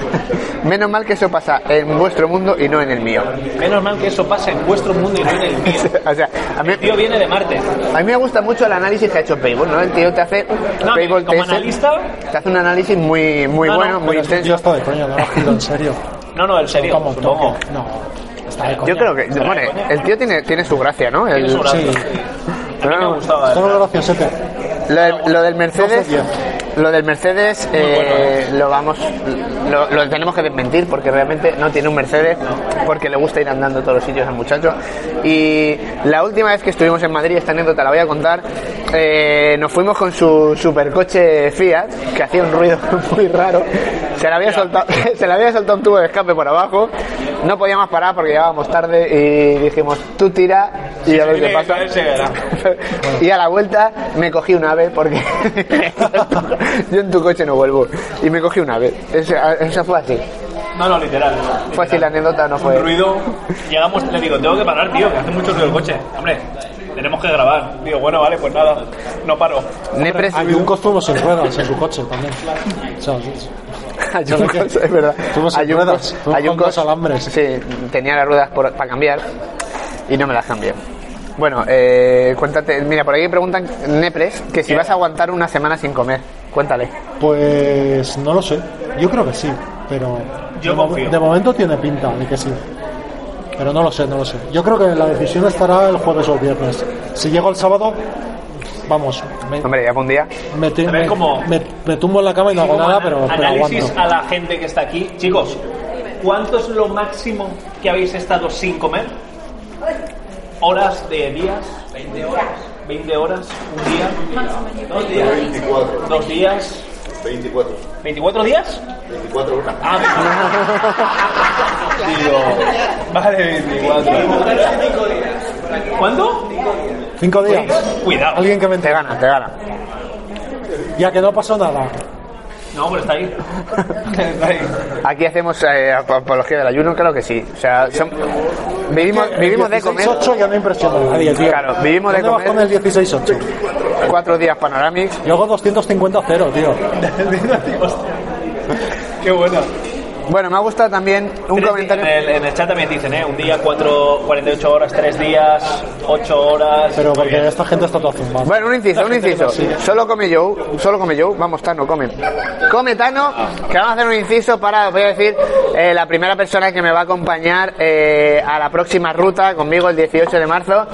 Speaker 1: Menos mal que eso pasa en vuestro mundo y no en el mío.
Speaker 2: Menos mal que eso pasa en vuestro mundo y no en el mío.
Speaker 1: o sea, a mí,
Speaker 2: El tío viene de Marte.
Speaker 1: a mí me gusta mucho el análisis que ha hecho Payball, ¿no? El tío te hace...
Speaker 2: No,
Speaker 1: Payball
Speaker 2: como
Speaker 1: te hace-
Speaker 2: analista,
Speaker 1: Te hace un análisis muy, muy
Speaker 2: No, no,
Speaker 1: bueno, muy
Speaker 3: Pero es que
Speaker 1: intenso.
Speaker 3: tío está de coña, no lo pido en serio.
Speaker 2: no, no, en serio,
Speaker 3: Como
Speaker 2: supongo.
Speaker 3: toque. No, está de coña.
Speaker 1: Yo creo que, bueno, el tío tiene, tiene su gracia, ¿no? El-
Speaker 2: Tiene su gracia,
Speaker 3: sí.
Speaker 2: sí. A mí me
Speaker 1: No.
Speaker 2: gustaba.
Speaker 3: Solo graciosete.
Speaker 1: lo, del- lo del
Speaker 3: No sé,
Speaker 1: Mercedes,
Speaker 3: tío.
Speaker 1: lo del Mercedes eh, lo vamos lo, lo tenemos que desmentir porque realmente no tiene un Mercedes porque le gusta ir andando a todos los sitios al muchacho y la última vez que estuvimos en Madrid esta anécdota la voy a contar eh, nos fuimos con su supercoche Fiat que hacía un ruido muy raro se le había soltado se le había soltado un tubo de escape por abajo no podíamos parar porque llegábamos tarde y dijimos tú tira y a ver qué
Speaker 2: Tiene que
Speaker 1: pasa
Speaker 2: caerse, verá.
Speaker 1: y a la vuelta me cogí un ave porque yo en tu coche no vuelvo. Y me cogí un ave. Eso, eso fue así.
Speaker 2: No, no, literal.
Speaker 1: Fue así la
Speaker 2: literal.
Speaker 1: anécdota, no
Speaker 2: Un
Speaker 1: fue.
Speaker 2: ruido. Llegamos, le digo, tengo que parar, tío, que hace mucho ruido el coche. Hombre, tenemos que grabar. Digo, bueno, vale, pues nada, no paro.
Speaker 1: Nepres.
Speaker 3: Hay un costumo sin ruedas en su coche también. O sea, es-
Speaker 1: Ayuncos, es verdad.
Speaker 3: Tuvo sin
Speaker 1: Ayuncos-
Speaker 3: ruedas, tuvo con
Speaker 1: Ayuncos-
Speaker 3: dos alambres.
Speaker 1: Sí, tenía las ruedas por- para cambiar y no me las cambié. Bueno, eh, cuéntate. Mira, por aquí preguntan, Nepres, que si vas a aguantar una semana sin comer. Cuéntale.
Speaker 3: Pues no lo sé. Yo creo que sí, pero
Speaker 2: Yo
Speaker 3: de, mo-
Speaker 2: confío.
Speaker 3: de momento tiene pinta de que sí. Pero no lo sé, no lo sé. Yo creo que la decisión estará el jueves o el viernes. Si llego el sábado, vamos, me,
Speaker 1: Hombre, ya para un día.
Speaker 3: me, ti-
Speaker 2: A ver,
Speaker 3: me-
Speaker 2: como-
Speaker 3: me- me tumbo en la cama y no hago nada, pero, pero
Speaker 2: Análisis
Speaker 3: aguanto.
Speaker 2: a la gente que está aquí. Chicos, ¿cuánto es lo máximo que habéis estado sin comer? ¿Horas de días? 20 horas. 20 horas, un día, dos días,
Speaker 5: 24.
Speaker 2: dos días,
Speaker 5: 24.
Speaker 2: 24 días.
Speaker 5: 24 horas.
Speaker 2: Ah, Digo, vale, 24. ¿Cuánto?
Speaker 3: Cinco días.
Speaker 2: Cuidado.
Speaker 3: Alguien que me
Speaker 1: Te
Speaker 3: entere.
Speaker 1: gana, te gana.
Speaker 3: Ya que no pasó nada.
Speaker 2: No, pero está ahí. Está ahí.
Speaker 1: Aquí hacemos eh, ap- apología del ayuno, claro que sí. O sea, son- vivimos, vivimos de comer
Speaker 3: 16-8 ya no impresiona a nadie, tío.
Speaker 1: Claro, vivimos de
Speaker 3: ¿Dónde vas
Speaker 1: comer.
Speaker 3: con el 16-8?
Speaker 1: cuatro días panorámicos.
Speaker 3: Yo hago 250 0, tío.
Speaker 2: Hostia. Qué bueno.
Speaker 1: Bueno, me ha gustado también un
Speaker 2: Tres En
Speaker 1: comentario.
Speaker 2: el, en el chat también dicen, ¿eh? Un día, cuatro, 48 horas, tres días, ocho horas.
Speaker 3: Pero
Speaker 2: Muy bien.
Speaker 3: porque esta gente está toda zumbada.
Speaker 1: Bueno, un inciso, un inciso. Solo come Joe, solo come Joe. Vamos, Tano, come. Come Tano, que vamos a hacer un inciso para, os voy a decir, eh, la primera persona que me va a acompañar eh, a la próxima ruta conmigo el 18 de marzo.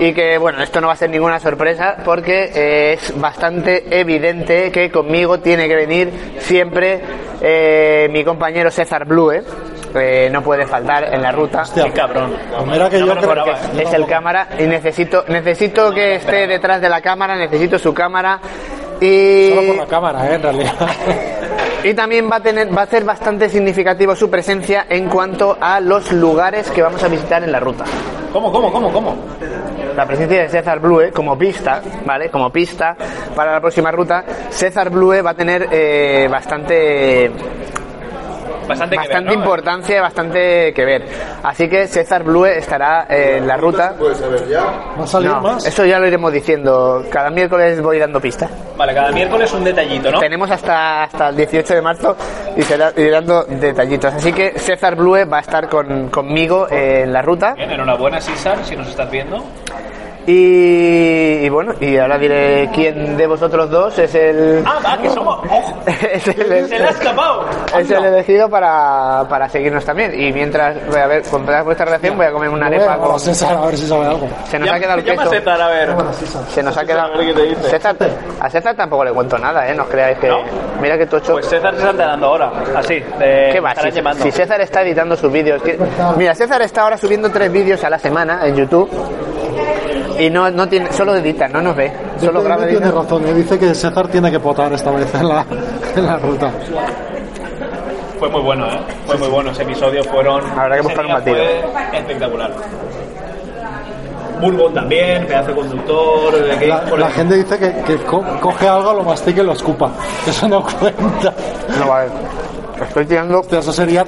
Speaker 1: Y que, bueno, esto no va a ser ninguna sorpresa porque eh, es bastante evidente que conmigo tiene que venir siempre eh, mi compañero César Blue. eh, no puede faltar en la ruta.
Speaker 3: Hostia,
Speaker 2: Qué cabrón.
Speaker 3: pues mira que
Speaker 2: No me
Speaker 3: yo
Speaker 2: lo
Speaker 3: creo
Speaker 2: esperaba,
Speaker 3: que-
Speaker 2: ¿eh?
Speaker 1: es el cámara y necesito necesito que esté detrás de la cámara, necesito su cámara y,
Speaker 3: Solo por la cámara, ¿eh? En realidad.
Speaker 1: y también va a tener va a ser bastante significativo su presencia en cuanto a los lugares que vamos a visitar en la ruta.
Speaker 2: ¿Cómo, cómo, cómo, cómo?
Speaker 1: La presencia de César Blue eh, como pista, ¿vale? Como pista para la próxima ruta, César Blue va a tener eh, bastante
Speaker 2: Bastante, que ver,
Speaker 1: bastante
Speaker 2: ¿no?
Speaker 1: importancia, y bastante que ver. Así que César Blue estará eh, en la ruta.
Speaker 5: Puedes saber ya.
Speaker 3: ¿Va a salir
Speaker 1: No,
Speaker 3: más?
Speaker 1: eso ya lo iremos diciendo. Cada miércoles voy dando pistas.
Speaker 2: Vale, cada miércoles un detallito, ¿no?
Speaker 1: Tenemos hasta, hasta el 18 de marzo y será y dando detallitos. Así que César Blue va a estar con, conmigo eh, en la ruta.
Speaker 2: Bien, enhorabuena, César, si nos estás viendo.
Speaker 1: Y, y bueno, y ahora diré quién de vosotros dos es el.
Speaker 2: Ah, va, que somos. ¡Ojo!
Speaker 1: es
Speaker 2: ¡Se le ha escapado!
Speaker 1: es el
Speaker 2: Anda.
Speaker 1: elegido para, para seguirnos también. Y mientras voy a ver, con toda vuestra relación, voy a comer una
Speaker 3: Voy a
Speaker 1: arepa
Speaker 3: llamar a
Speaker 1: con. Se
Speaker 3: César a ver si sabe algo.
Speaker 1: nos ha quedado el
Speaker 2: Llama a
Speaker 1: queso.
Speaker 2: César, a ver.
Speaker 1: Se nos ha quedado.
Speaker 2: a ver qué te dice.
Speaker 1: César, a César tampoco le cuento nada, ¿eh? No os creáis que.
Speaker 2: ¿No?
Speaker 1: Mira que tocho.
Speaker 2: Pues César se está enterando ahora, así. de-
Speaker 1: ¿Qué va?
Speaker 2: estará
Speaker 1: Si,
Speaker 2: Eh, llamando.
Speaker 1: si César está editando sus vídeos. que- Mira, César está ahora subiendo tres vídeos a la semana en YouTube. Y no, no tiene, solo edita, no nos ve. Solo
Speaker 3: Yo creo
Speaker 1: graba
Speaker 3: que
Speaker 1: y
Speaker 3: tiene
Speaker 1: edita.
Speaker 3: razón, ¿eh? dice que César tiene que potar esta vez en la, en la ruta.
Speaker 2: Fue muy bueno, ¿eh? Fue muy bueno. Ese episodio fueron.
Speaker 1: Habrá que
Speaker 2: ese
Speaker 1: buscar un
Speaker 2: día
Speaker 1: batido.
Speaker 2: fue Espectacular. Bourbon también, pedazo de conductor. de que-
Speaker 3: La,
Speaker 2: por
Speaker 3: la
Speaker 2: el-
Speaker 3: gente dice que, que co- coge algo, lo mastique y lo escupa. Eso no cuenta.
Speaker 1: No va a ver. Estoy tirando,
Speaker 3: Hostia, eso sería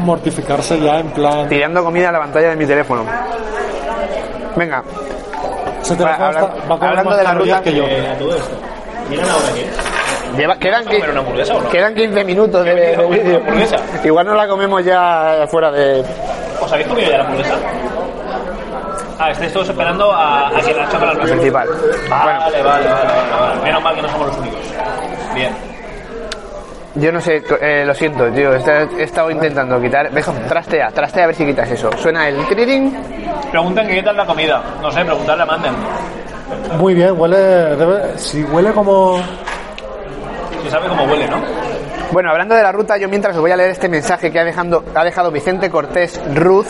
Speaker 3: mortificarse ya en plan.
Speaker 1: tirando comida a la pantalla de mi teléfono. Venga,
Speaker 3: Se te va,
Speaker 1: Bueno,
Speaker 3: a gastar-
Speaker 1: habla-
Speaker 3: va a comer
Speaker 1: hablando
Speaker 3: más
Speaker 1: de la
Speaker 3: calorías
Speaker 1: ruta-
Speaker 3: que yo.
Speaker 2: Eh, a todo esto. Miren ahora aquí.
Speaker 1: lleva- quedan,
Speaker 2: ¿Vamos a comer una
Speaker 1: qui-
Speaker 2: hamburguesa o no?
Speaker 1: quedan 15 minutos de,
Speaker 2: ¿Qué
Speaker 1: de
Speaker 2: comer una
Speaker 1: vídeo.
Speaker 2: hamburguesa?
Speaker 1: Igual no la comemos ya fuera de.
Speaker 2: ¿Os habéis comido ya la hamburguesa? Ah, estáis todos esperando a, a que la choque la
Speaker 1: principal.
Speaker 2: Vale, vale, vale, vale, vale. Menos mal que no somos los únicos. Bien.
Speaker 1: Yo no sé, eh, lo siento, tío. He esta- he estado intentando quitar. Ve, Trastea, trastea a ver si quitas eso. Suena el triring.
Speaker 2: Preguntan que qué tal la comida. No sé, preguntarle a Manden.
Speaker 3: Muy bien, huele. debe- si huele como.
Speaker 2: Tú sabes cómo huele, ¿no?
Speaker 1: Bueno, hablando de la ruta, yo mientras os voy a leer este mensaje que ha, dejando, ha dejado Vicente Cortés Ruz.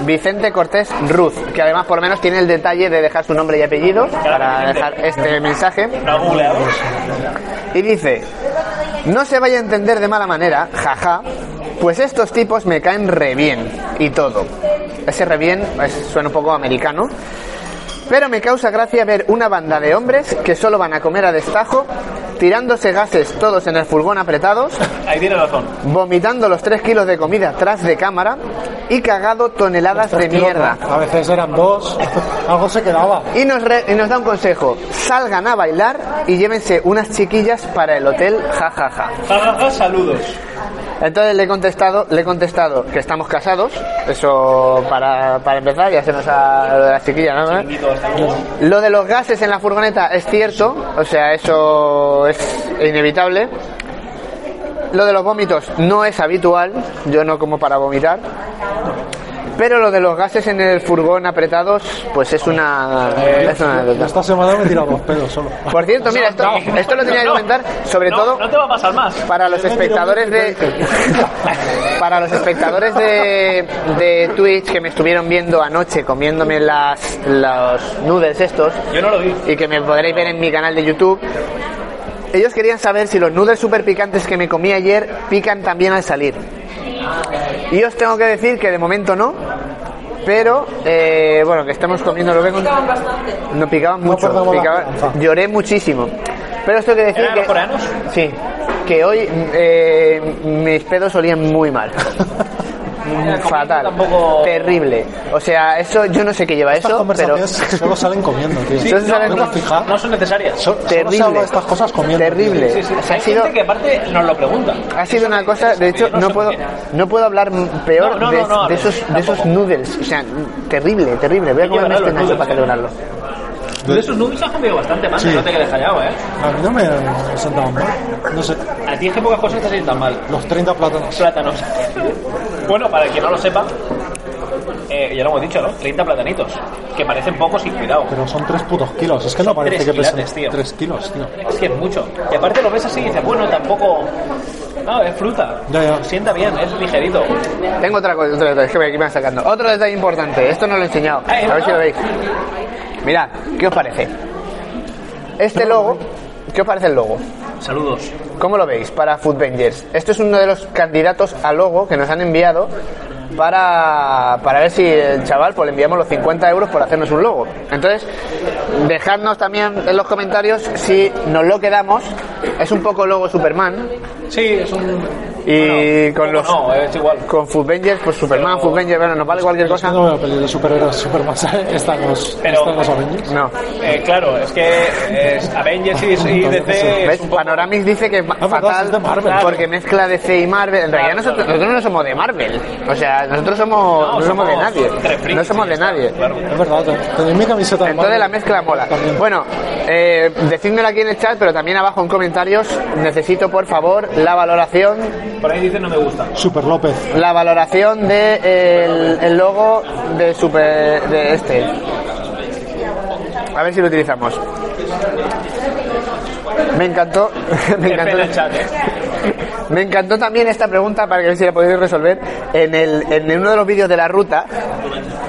Speaker 1: Vicente Cortés Ruz, que además por lo menos tiene el detalle de dejar su nombre y apellido para dejar este mensaje.
Speaker 2: ¿Lo has googleado?
Speaker 1: Y dice, no se vaya a entender de mala manera, jaja, pues estos tipos me caen re bien y todo. Ese re bien pues, suena un poco americano. Pero me causa gracia ver una banda de hombres que solo van a comer a destajo, tirándose gases todos en el furgón apretados,
Speaker 2: Ahí tiene razón.
Speaker 1: vomitando los 3 kilos de comida tras de cámara y cagado toneladas de mierda.
Speaker 3: A veces eran dos, algo se quedaba.
Speaker 1: Y nos, re- y nos da un consejo, salgan a bailar y llévense unas chiquillas para el hotel, jajaja.
Speaker 2: Ja, ja, ja, saludos.
Speaker 1: Entonces le he contestado, le he contestado que estamos casados, eso para, para empezar, ya se nos ha lo de la chiquilla, ¿no?
Speaker 2: Chiringuito, hasta luego.
Speaker 1: Lo de los gases en la furgoneta es cierto, o sea, eso es inevitable. Lo de los vómitos no es habitual, yo no como para vomitar. Pero lo de los gases en el furgón apretados, pues es una, es una anécdota.
Speaker 3: Esta semana me he tirado dos pedos solo.
Speaker 1: Por cierto, mira, esto, esto lo tenía que
Speaker 2: No,
Speaker 1: comentar, sobre
Speaker 2: no,
Speaker 1: todo
Speaker 2: No te va a pasar más.
Speaker 1: para los espectadores de para los espectadores de, de Twitch que me estuvieron viendo anoche comiéndome las los noodles estos
Speaker 2: Yo no lo vi.
Speaker 1: y que me podréis ver en mi canal de YouTube ellos querían saber si los noodles super picantes que me comí ayer pican también al salir y os tengo que decir que de momento no pero eh, bueno que estamos comiendo lo que
Speaker 7: Picaban bastante.
Speaker 1: no picaban mucho,
Speaker 3: perdamos la
Speaker 1: picaba-
Speaker 3: esperanza.
Speaker 1: lloré muchísimo. Pero esto que decir
Speaker 2: ¿Eran
Speaker 1: que
Speaker 2: los coreanos?
Speaker 1: sí, que hoy mm, eh, mis pedos olían muy mal. Mm, Fatal,
Speaker 2: tampoco-
Speaker 1: terrible. O sea, eso yo no sé qué lleva
Speaker 3: Estas
Speaker 1: eso, pero
Speaker 3: conversaciones solo salen comiendo, tío.
Speaker 1: Sí, Entonces salen-
Speaker 3: ¿No te has fijado?
Speaker 2: No son necesarias.
Speaker 3: Sol- solo se habla
Speaker 1: terrible.
Speaker 3: de estas cosas comiendo.
Speaker 1: Terrible.
Speaker 2: Sí, sí.
Speaker 1: O sea,
Speaker 2: Hay
Speaker 1: ha sido
Speaker 2: gente que aparte nos lo pregunta.
Speaker 1: ha sido una cosa, de hecho
Speaker 2: no
Speaker 1: no
Speaker 2: se
Speaker 1: puedo
Speaker 2: combina.
Speaker 1: no puedo hablar m- peor
Speaker 2: No, no,
Speaker 1: de,
Speaker 2: no, no,
Speaker 1: de
Speaker 2: a ver,
Speaker 1: esos de esos
Speaker 2: tampoco.
Speaker 1: noodles, o sea, mm, terrible, terrible. Voy a
Speaker 2: Hay que
Speaker 1: comerme
Speaker 2: llevarlo,
Speaker 1: este nacho
Speaker 2: noodles,
Speaker 1: para
Speaker 2: eh.
Speaker 1: celebrarlo.
Speaker 2: Tú de esos noodles has comido bastante más,
Speaker 3: Sí.
Speaker 2: no te quedes callado, ¿eh?
Speaker 3: A mí no me he sentado mal. No sé,
Speaker 2: A ti es que pocas cosas te sientan mal.
Speaker 3: los 30 plátanos.
Speaker 2: Plátanos. bueno, para el que no lo sepa, eh, ya lo hemos dicho, ¿no? 30 platanitos, que parecen pocos y cuidado.
Speaker 3: Pero son tres putos kilos. Es que
Speaker 2: Son
Speaker 3: no parece
Speaker 2: tres
Speaker 3: que pesen
Speaker 2: quilates, tío.
Speaker 3: 3 kilos, tío.
Speaker 2: Es que es mucho. Y aparte lo ves así y dices, bueno, tampoco... No, es fruta.
Speaker 3: Ya, ya.
Speaker 2: Sienta bien, es ligerito.
Speaker 1: Tengo otra cosa, otra, otra, es que me, aquí me van sacando. Otro detalle importante, esto no lo he enseñado, a ver si lo veis. Mirad, ¿qué os parece? Este logo, ¿qué os parece el logo?
Speaker 2: Saludos.
Speaker 1: ¿Cómo lo veis para Food Vengers? Esto es uno de los candidatos a logo que nos han enviado para, para ver si el chaval pues, le enviamos los 50 euros por hacernos un logo. Entonces, dejadnos también en los comentarios si nos lo quedamos. Es un poco logo Superman
Speaker 2: Sí, es un...
Speaker 1: y con
Speaker 2: poco
Speaker 1: los...
Speaker 2: No, es igual.
Speaker 1: Con Food Vengers, pues Superman, Food Vengers, bueno, nos vale cualquier
Speaker 3: Es que
Speaker 1: cosa.
Speaker 3: no veo pelis de superhéroes, Superman. ¿sabes? Están los,
Speaker 2: Pero-
Speaker 3: están los Avengers.
Speaker 1: No.
Speaker 2: Eh, claro, es que es Avengers y, y DC es
Speaker 1: ¿Ves?
Speaker 2: un poco-
Speaker 1: Panoramix dice que es
Speaker 3: Ah, verdad,
Speaker 1: fatal
Speaker 3: es de Marvel.
Speaker 1: porque mezcla DC y Marvel. En realidad
Speaker 2: Claro,
Speaker 1: nosotros,
Speaker 2: claro.
Speaker 1: nosotros no somos de Marvel. O sea, nosotros somos, no, somos,
Speaker 2: somos
Speaker 1: de nadie.
Speaker 2: tres frikis,
Speaker 1: No somos de nadie.
Speaker 2: Claro.
Speaker 3: Es verdad, te- tenéis mi camiseta de
Speaker 1: Entonces
Speaker 3: Marvel.
Speaker 1: la mezcla mola.
Speaker 3: También.
Speaker 1: Bueno, eh, decídmelo aquí en el chat, pero también abajo en comentarios. Necesito, por favor, la valoración
Speaker 2: Por ahí dicen no me gusta.
Speaker 3: Super López.
Speaker 1: la valoración de eh, el, el logo de super de este. A ver si lo utilizamos. Me encantó, me
Speaker 2: Qué pena el
Speaker 1: encantó,
Speaker 2: chat, ¿eh?
Speaker 1: me encantó también esta pregunta para que ver si la podéis resolver. En, el, en uno de los vídeos de la ruta,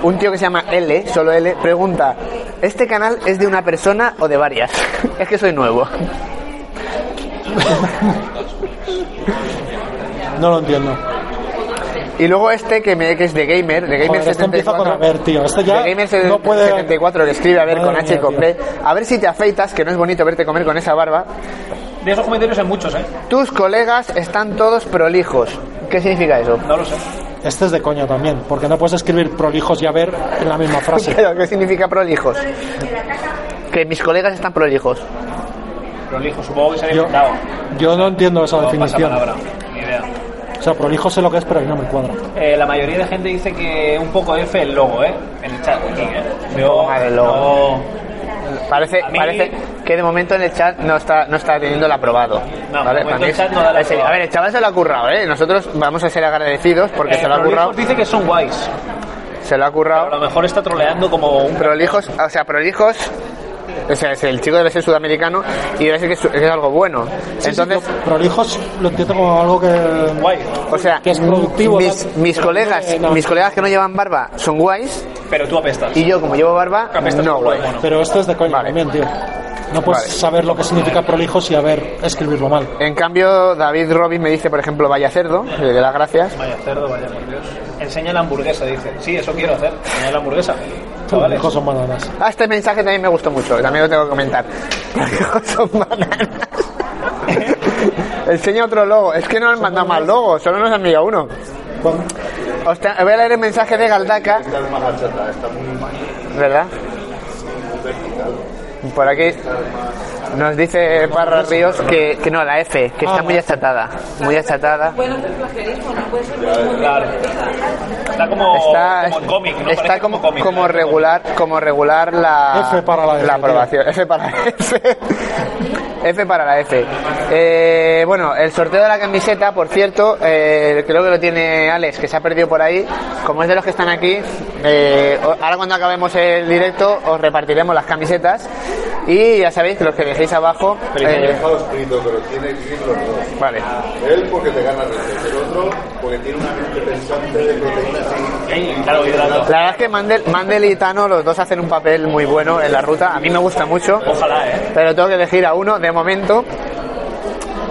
Speaker 1: un tío que se llama L, solo L, pregunta: ¿Este canal es de una persona o de varias? Es que soy nuevo.
Speaker 3: No lo entiendo.
Speaker 1: Y luego este que, me, que es de gamer, de gamer
Speaker 3: Joder, este empieza con
Speaker 1: 74.
Speaker 3: a ver, tío. Este ya
Speaker 1: de Gamer seten-
Speaker 3: no puede...
Speaker 1: 74 que escribe a ver
Speaker 3: Madre
Speaker 1: con H
Speaker 3: mía,
Speaker 1: y con
Speaker 3: tío.
Speaker 1: B. A ver si te afeitas, que no es bonito verte comer con esa barba.
Speaker 2: De esos comentarios hay muchos, ¿eh?
Speaker 1: Tus colegas están todos prolijos. ¿Qué significa eso?
Speaker 2: No lo sé.
Speaker 3: Este es de coña también, porque no puedes escribir prolijos y a ver en la misma frase.
Speaker 1: Pero, ¿Qué significa prolijos? Que mis colegas están prolijos.
Speaker 2: Prolijo, supongo que se ha
Speaker 3: Yo,
Speaker 2: inventado.
Speaker 3: yo no entiendo esa
Speaker 2: No pasa
Speaker 3: definición.
Speaker 2: palabra. Ni idea.
Speaker 3: O sea, prolijo sé lo que es, pero a mí no me cuadra.
Speaker 2: Eh, la mayoría de gente dice que un poco F el logo, ¿eh? En el chat aquí, ¿eh? Yo,
Speaker 1: Ah, el logo. Parece,
Speaker 2: A mí-
Speaker 1: parece que de momento en el chat no está, no está teniendo el aprobado.
Speaker 2: No,
Speaker 1: ¿vale?
Speaker 2: de momento
Speaker 1: Para mí
Speaker 2: el
Speaker 1: es-
Speaker 2: chat no da el
Speaker 1: en serio,
Speaker 2: aprobado.
Speaker 1: A ver, el chaval se lo ha currado, ¿eh? Nosotros vamos a ser agradecidos porque
Speaker 2: Eh,
Speaker 1: se lo ha
Speaker 2: Prolijos
Speaker 1: currado.
Speaker 2: dice que son guays.
Speaker 1: Se lo ha currado.
Speaker 2: A lo mejor está troleando como un...
Speaker 1: Prolijos, o sea, prolijos o sea, es el chico debe ser sudamericano y debe ser que es, que es algo bueno.
Speaker 3: Sí, sí,
Speaker 1: Entonces,
Speaker 3: lo- prolijos lo entiendo como algo que.
Speaker 2: Guay.
Speaker 1: o sea,
Speaker 3: que es productivo,
Speaker 1: mis,
Speaker 3: ¿no?
Speaker 1: mis
Speaker 3: Pero
Speaker 1: colegas,
Speaker 3: no, no.
Speaker 1: mis colegas que no llevan barba son guays
Speaker 2: Pero tú apestas.
Speaker 1: y yo como llevo barba,
Speaker 2: Apestas
Speaker 1: no
Speaker 2: como
Speaker 1: guay.
Speaker 2: guay, ¿no?
Speaker 3: Pero esto es de coña
Speaker 1: Vale.
Speaker 3: también, tío. No puedes
Speaker 1: Vale. Ah,
Speaker 3: saber lo que significa prolijos y haber escribirlo mal.
Speaker 1: En cambio, David Robin me dice, por ejemplo, vaya cerdo, le doy las gracias.
Speaker 2: Vaya cerdo, vaya por Dios. Enseña la hamburguesa, dice. Sí, eso quiero hacer. Enseña la hamburguesa. Chavales.
Speaker 3: Prolijos son bananas.
Speaker 1: Ah, este mensaje también me gustó mucho, también lo tengo que comentar. Son bananas. Enseña otro logo. Es que no han mandado más logos, solo nos han enviado uno.
Speaker 3: Bueno,
Speaker 1: Hostia, voy a leer el mensaje de Galdaca,
Speaker 5: Está más bachata, está muy mal.
Speaker 1: ¿verdad? Por aquí nos dice Parra Ríos que, que no, la F, que está muy achatada. Muy achatada.
Speaker 7: Bueno, el plagiarismo no puede ser muy
Speaker 2: Claro. Está como,
Speaker 1: Está,
Speaker 2: como cómic, ¿no?
Speaker 1: está
Speaker 2: Parece
Speaker 1: como,
Speaker 2: cómic.
Speaker 1: como regular, como regular la,
Speaker 3: F para la F, tío.
Speaker 1: aprobación. F para la F. F para la F. Eh, bueno, el sorteo de la camiseta, por cierto, eh, creo que lo tiene Alex, que se ha perdido por ahí. Como es de los que están aquí, eh, o- ahora cuando acabemos el directo os repartiremos las camisetas. Y ya sabéis que los que dejéis abajo...
Speaker 2: Pero
Speaker 1: eh,
Speaker 5: He dejado escrito, pero tiene que ir los dos.
Speaker 1: vale.
Speaker 5: Él porque te gana veces, el otro porque tiene una mente pensante de proteínas y-
Speaker 2: Ey, carbohidrato.
Speaker 1: La verdad es que Mandel, Mandel y Tano, los dos hacen un papel muy bueno en la ruta. A mí me gusta mucho.
Speaker 2: Ojalá, ¿eh?
Speaker 1: pero tengo que elegir a uno de momento.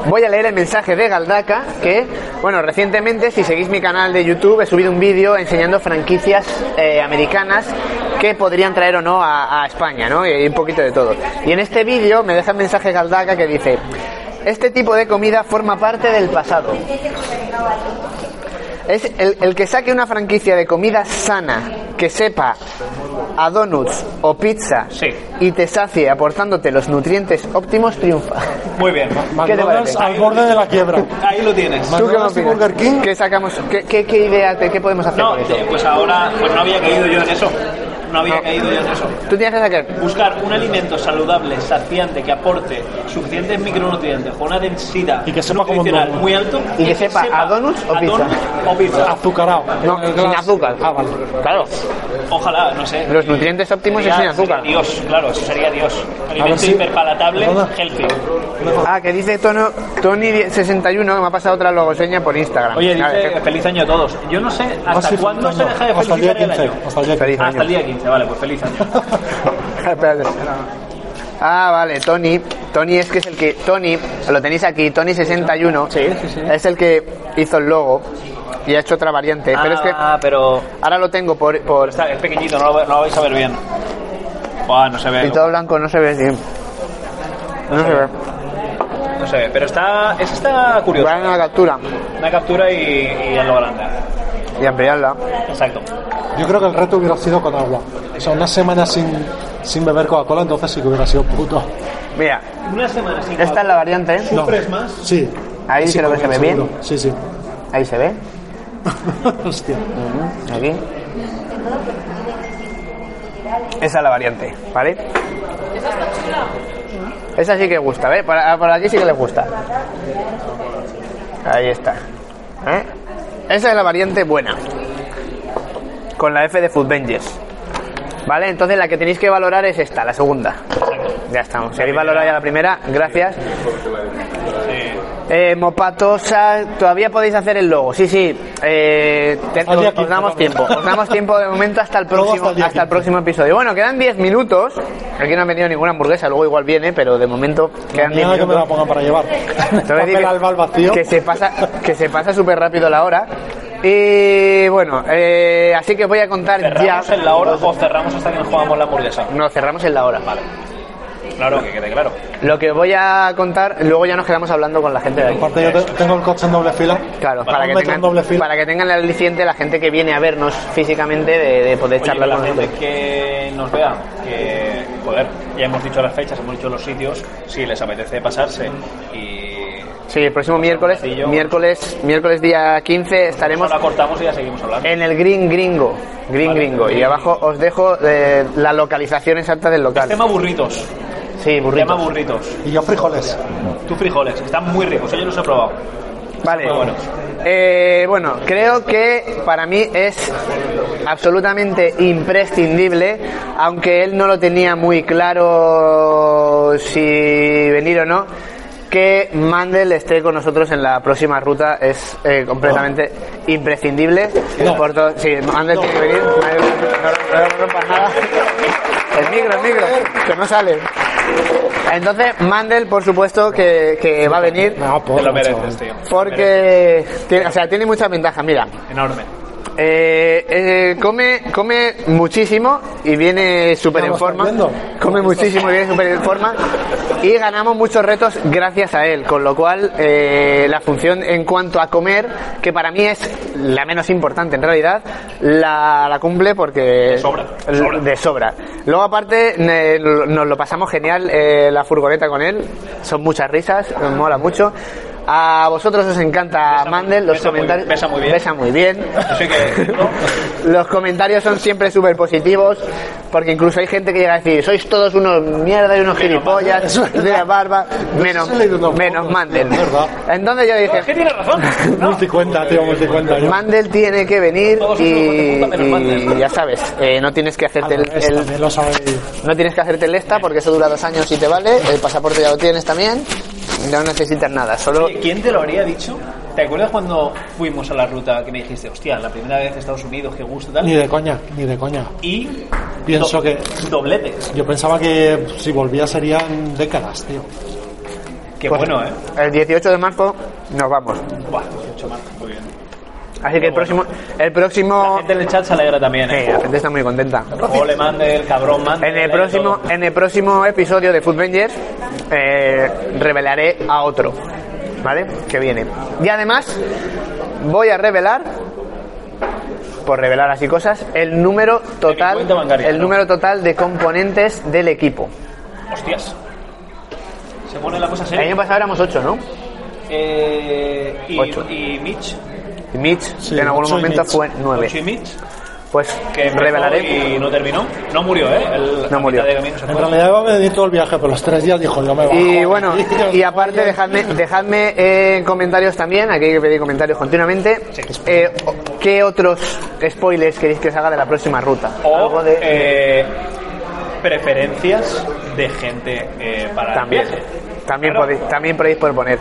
Speaker 1: Voy a leer el mensaje de Galdaca que, bueno, recientemente si seguís mi canal de YouTube he subido un vídeo enseñando franquicias eh, americanas que podrían traer o no a, a España, ¿no? Y un poquito de todo. Y en este vídeo me deja el mensaje Galdaca que dice, este tipo de comida forma parte del pasado. Es el, el que saque una franquicia de comida sana que sepa a donuts o pizza
Speaker 2: Sí.
Speaker 1: y te sacie aportándote los nutrientes óptimos triunfa.
Speaker 2: Muy bien.
Speaker 1: te
Speaker 3: McDonald's
Speaker 1: parece?
Speaker 3: al borde de la quiebra.
Speaker 2: Ahí lo tienes.
Speaker 3: ¿Tú qué opinas? Burger King.
Speaker 1: ¿Qué sacamos? ¿Qué, qué, qué idea te- qué podemos hacer
Speaker 2: No,
Speaker 1: con eso?
Speaker 2: eh, pues ahora pues no había caído yo en eso. No había caído yo en eso.
Speaker 1: Tú tienes que sacar.
Speaker 2: Buscar un alimento saludable, saciante, que aporte suficientes micronutrientes con una densidad
Speaker 3: Y que sepa como
Speaker 2: nutricional
Speaker 3: todo.
Speaker 2: muy alto
Speaker 1: Y que sepa a donuts o
Speaker 2: a
Speaker 1: pizza.
Speaker 2: donuts o pizza.
Speaker 3: Azucarado. Eh,
Speaker 1: No,
Speaker 3: El
Speaker 1: sin
Speaker 3: glass.
Speaker 1: azúcar.
Speaker 3: Ah, vale.
Speaker 1: Claro.
Speaker 2: Ojalá, no sé.
Speaker 1: Los nutrientes óptimos es
Speaker 2: Sería-
Speaker 1: sin azúcar.
Speaker 2: sería Dios, claro, eso sería Dios. Alimento
Speaker 3: sí.
Speaker 2: hiperpalatable,
Speaker 3: Perdona.
Speaker 2: healthy.
Speaker 1: Ah, que dice Tono, Tony61 que me ha pasado otra logoseña por Instagram.
Speaker 2: Oye,
Speaker 1: Nada,
Speaker 2: dice
Speaker 1: que-
Speaker 2: feliz año a todos. Yo no sé
Speaker 3: Ah,
Speaker 2: hasta
Speaker 3: sí,
Speaker 2: cuándo
Speaker 3: feliz
Speaker 2: se
Speaker 3: año.
Speaker 2: deja de
Speaker 3: Hasta el día
Speaker 2: felicitar el
Speaker 3: 15.
Speaker 2: año.
Speaker 3: Hasta el día
Speaker 1: Feliz
Speaker 3: 15.
Speaker 1: año.
Speaker 2: Hasta el día 15, vale, pues feliz año.
Speaker 1: Espérate. Ah, vale, Tony. Tony es que es el que. Tony, lo tenéis aquí, Tony61.
Speaker 2: Sí, sí, sí.
Speaker 1: Es el que hizo el logo y ha hecho otra variante. pero es que
Speaker 2: Ah, pero
Speaker 1: ahora lo tengo por. por
Speaker 2: Está, es pequeñito, no lo, ve- no lo vais a ver bien. Buah, no se ve.
Speaker 1: y todo blanco no se ve bien. No se ve.
Speaker 2: No se ve. Pero está. Es está curioso.
Speaker 1: Van a la captura
Speaker 2: Una captura y, y a lo grande.
Speaker 1: y ampliarla.
Speaker 2: Exacto.
Speaker 3: Yo creo que el reto hubiera sido con agua. O sea, una semana sin, sin beber Coca-Cola, entonces sí que hubiera sido puto.
Speaker 1: Mira,
Speaker 2: Una semana sin
Speaker 1: esta es la variante.
Speaker 3: No.
Speaker 2: más?
Speaker 3: Sí.
Speaker 1: Ahí
Speaker 3: Sí,
Speaker 1: creo que se ve
Speaker 3: seguro.
Speaker 1: bien.
Speaker 3: Sí, sí.
Speaker 1: Ahí se ve.
Speaker 3: Hostia.
Speaker 1: Aquí. Esa es la variante, ¿vale? Esa sí que gusta, ¿ves? Por, por aquí sí que les gusta. Ahí está. ¿Eh? Esa es la variante buena. Con la F de Food Vengeance. ¿Vale? Entonces la que tenéis que valorar es esta, la segunda. Ya estamos. Si habéis valorado ya la primera, gracias. Eh, Mopatosa, todavía podéis hacer el logo. Sí, sí. Eh, te-
Speaker 3: Al día
Speaker 1: os, os damos
Speaker 3: 15,
Speaker 1: tiempo.
Speaker 3: vamos.
Speaker 1: Os damos tiempo de momento hasta el
Speaker 3: Luego
Speaker 1: próximo,
Speaker 3: hasta el día
Speaker 1: hasta el
Speaker 3: 15.
Speaker 1: próximo episodio. Bueno, quedan 10 minutos. Aquí no ha venido ninguna hamburguesa, luego igual viene, pero de momento quedan 10
Speaker 3: Nada que me
Speaker 1: minutos.
Speaker 3: la pongan para llevar.
Speaker 1: Te voy a decir
Speaker 3: Papel al bal vacío.
Speaker 1: Que se pasa, que se pasa súper rápido la hora. Y bueno, eh, así que voy a contar
Speaker 2: ¿Cerramos
Speaker 1: ya.
Speaker 2: en la hora o cerramos hasta que nos jugamos la hamburguesa?
Speaker 1: No, cerramos en la hora.
Speaker 2: Claro, que quede claro.
Speaker 1: Lo que voy a contar, luego ya nos quedamos hablando con la gente de aquí.
Speaker 3: Aparte, yo te- tengo el coche en doble fila.
Speaker 1: Claro,
Speaker 3: Vamos
Speaker 1: para que,
Speaker 3: a meter
Speaker 1: tengan,
Speaker 3: en doble fila.
Speaker 1: para que tengan el aliciente la gente que viene a vernos físicamente de, de poder
Speaker 2: Oye, que
Speaker 1: charlar
Speaker 2: la
Speaker 1: con
Speaker 2: gente
Speaker 1: nosotros.
Speaker 2: que nos vea, que, joder, ya hemos dicho las fechas, hemos dicho los sitios, si les apetece pasarse y...
Speaker 1: Sí, el próximo miércoles,
Speaker 2: ratillo.
Speaker 1: miércoles, miércoles día 15 estaremos
Speaker 2: Ahora cortamos y ya seguimos hablando.
Speaker 1: en el Green Gringo. Green
Speaker 2: Vale.
Speaker 1: Gringo. Y abajo os dejo eh, la localización exacta del local.
Speaker 2: Tema burritos.
Speaker 1: Sí,
Speaker 2: Tema
Speaker 1: burrito.
Speaker 2: burritos.
Speaker 3: Y yo frijoles.
Speaker 2: Tus frijoles, están muy ricos, yo los he probado.
Speaker 1: Vale.
Speaker 2: Muy bueno.
Speaker 1: Eh, bueno, creo que para mí es absolutamente imprescindible, aunque él no lo tenía muy claro si venir o no, que Mandel esté con nosotros en la próxima ruta es eh, completamente imprescindible.
Speaker 3: No.
Speaker 1: Por todo- sí, Mandel tiene que venir. Mandel, no, no rompas nada. El micro, el micro, que no sale. Entonces, Mandel, por supuesto, que, que va a venir.
Speaker 3: No,
Speaker 2: Te
Speaker 3: por
Speaker 2: lo mereces, tío.
Speaker 1: Porque tiene, o sea, tiene muchas ventajas, mira.
Speaker 2: Enorme.
Speaker 1: eh, eh, come, come muchísimo y viene súper en
Speaker 3: Estamos
Speaker 1: forma.
Speaker 3: perdiendo.
Speaker 1: Come muchísimo y viene súper en forma. Y ganamos muchos retos gracias a él. Con lo cual, eh, la función en cuanto a comer, que para mí es la menos importante en realidad, la, la cumple porque. De
Speaker 2: sobra, de
Speaker 1: sobra. Luego, aparte, ne- nos lo pasamos genial eh, la furgoneta con él. Son muchas risas, nos mola mucho. A vosotros os encanta
Speaker 2: muy-
Speaker 1: Mandel, los
Speaker 2: pesa muy-
Speaker 1: comentarios.
Speaker 2: pesa muy bien.
Speaker 1: Pesa muy bien.
Speaker 2: Así que, ¿no?
Speaker 1: Los comentarios son siempre súper positivos, porque incluso hay gente que llega a decir, sois todos unos mierda y unos gilipollas,
Speaker 3: Mandel. Eso es
Speaker 1: de la barba,
Speaker 3: Yo
Speaker 1: menos,
Speaker 3: sí he leído unos
Speaker 1: menos
Speaker 3: pocos,
Speaker 1: Mandel.
Speaker 3: es verdad.
Speaker 1: Entonces yo
Speaker 2: Es que
Speaker 1: dije,
Speaker 2: tiene razón. ¿no?
Speaker 3: Multicuenta, tío, multicuenta. yo.
Speaker 1: Mandel tiene que venir
Speaker 2: Todos
Speaker 1: y,
Speaker 2: son unos hijos de puta, menos Mandel.
Speaker 1: y ya sabes, eh, no tienes que
Speaker 3: Al
Speaker 1: hacerte el,
Speaker 3: revés,
Speaker 1: el-
Speaker 3: también lo sabéis.
Speaker 1: no tienes que hacerte el esta porque eso dura dos años y te vale, el pasaporte ya lo tienes también, no necesitas nada, solo
Speaker 2: Oye, ¿Quién te lo habría dicho? ¿Te acuerdas cuando fuimos a la ruta que me dijiste, hostia, la primera vez a Estados Unidos, qué gusto tal?
Speaker 3: Ni de coña, ni de coña.
Speaker 2: Y
Speaker 3: Pienso que-
Speaker 2: dobletes.
Speaker 3: Yo pensaba que si volvía serían décadas, tío.
Speaker 2: Qué
Speaker 1: Pues-
Speaker 2: bueno, ¿eh?
Speaker 1: el 18 de marzo nos vamos.
Speaker 2: Buah, 18 marzo, muy bien.
Speaker 1: Así que el próximo, el próximo...
Speaker 2: La gente en el chat se alegra también,
Speaker 1: Sí,
Speaker 2: ¿eh?
Speaker 1: la gente está muy contenta.
Speaker 2: Ole Mandel, cabrón Mandel.
Speaker 1: En el
Speaker 2: y
Speaker 1: próximo,
Speaker 2: todo.
Speaker 1: en el próximo episodio de Food Rangers eh, revelaré a otro, ¿vale? Que viene. Y además voy a revelar, por revelar así cosas, el número
Speaker 2: mi cuenta
Speaker 1: total,
Speaker 2: bancaria,
Speaker 1: el
Speaker 2: ¿no? ¿Eh?
Speaker 1: número total de componentes del equipo.
Speaker 2: Hostias. Se pone la cosa
Speaker 1: El año
Speaker 2: seria.
Speaker 1: pasado éramos ocho, ¿no?
Speaker 2: Eh, y,
Speaker 1: Ocho.
Speaker 2: y Mitch.
Speaker 1: Y Mitch
Speaker 3: Sí,
Speaker 1: en algún
Speaker 3: ocho y
Speaker 1: momento
Speaker 3: Mitch.
Speaker 1: fue nueve.
Speaker 2: Ocho y Mitch.
Speaker 1: Pues
Speaker 2: Que empezó
Speaker 1: revelaré.
Speaker 2: Y no terminó. No murió, ¿eh? El,
Speaker 1: No
Speaker 2: a
Speaker 1: murió.
Speaker 2: mitad de camino se
Speaker 3: En
Speaker 2: fue.
Speaker 3: realidad iba a venir todo el viaje, pero los tres días dijo, yo me bajo.
Speaker 1: Y bueno,
Speaker 2: eh.
Speaker 3: tío.
Speaker 1: y aparte dejadme, dejadme eh, en comentarios también, aquí hay que pedir comentarios continuamente, eh, o- ¿qué otros spoilers queréis que os haga de la próxima ruta?
Speaker 2: o
Speaker 1: Algo de-
Speaker 2: eh, preferencias de gente eh, para
Speaker 1: también,
Speaker 2: el viaje.
Speaker 1: también,
Speaker 2: Claro.
Speaker 1: podéis, también podéis proponer.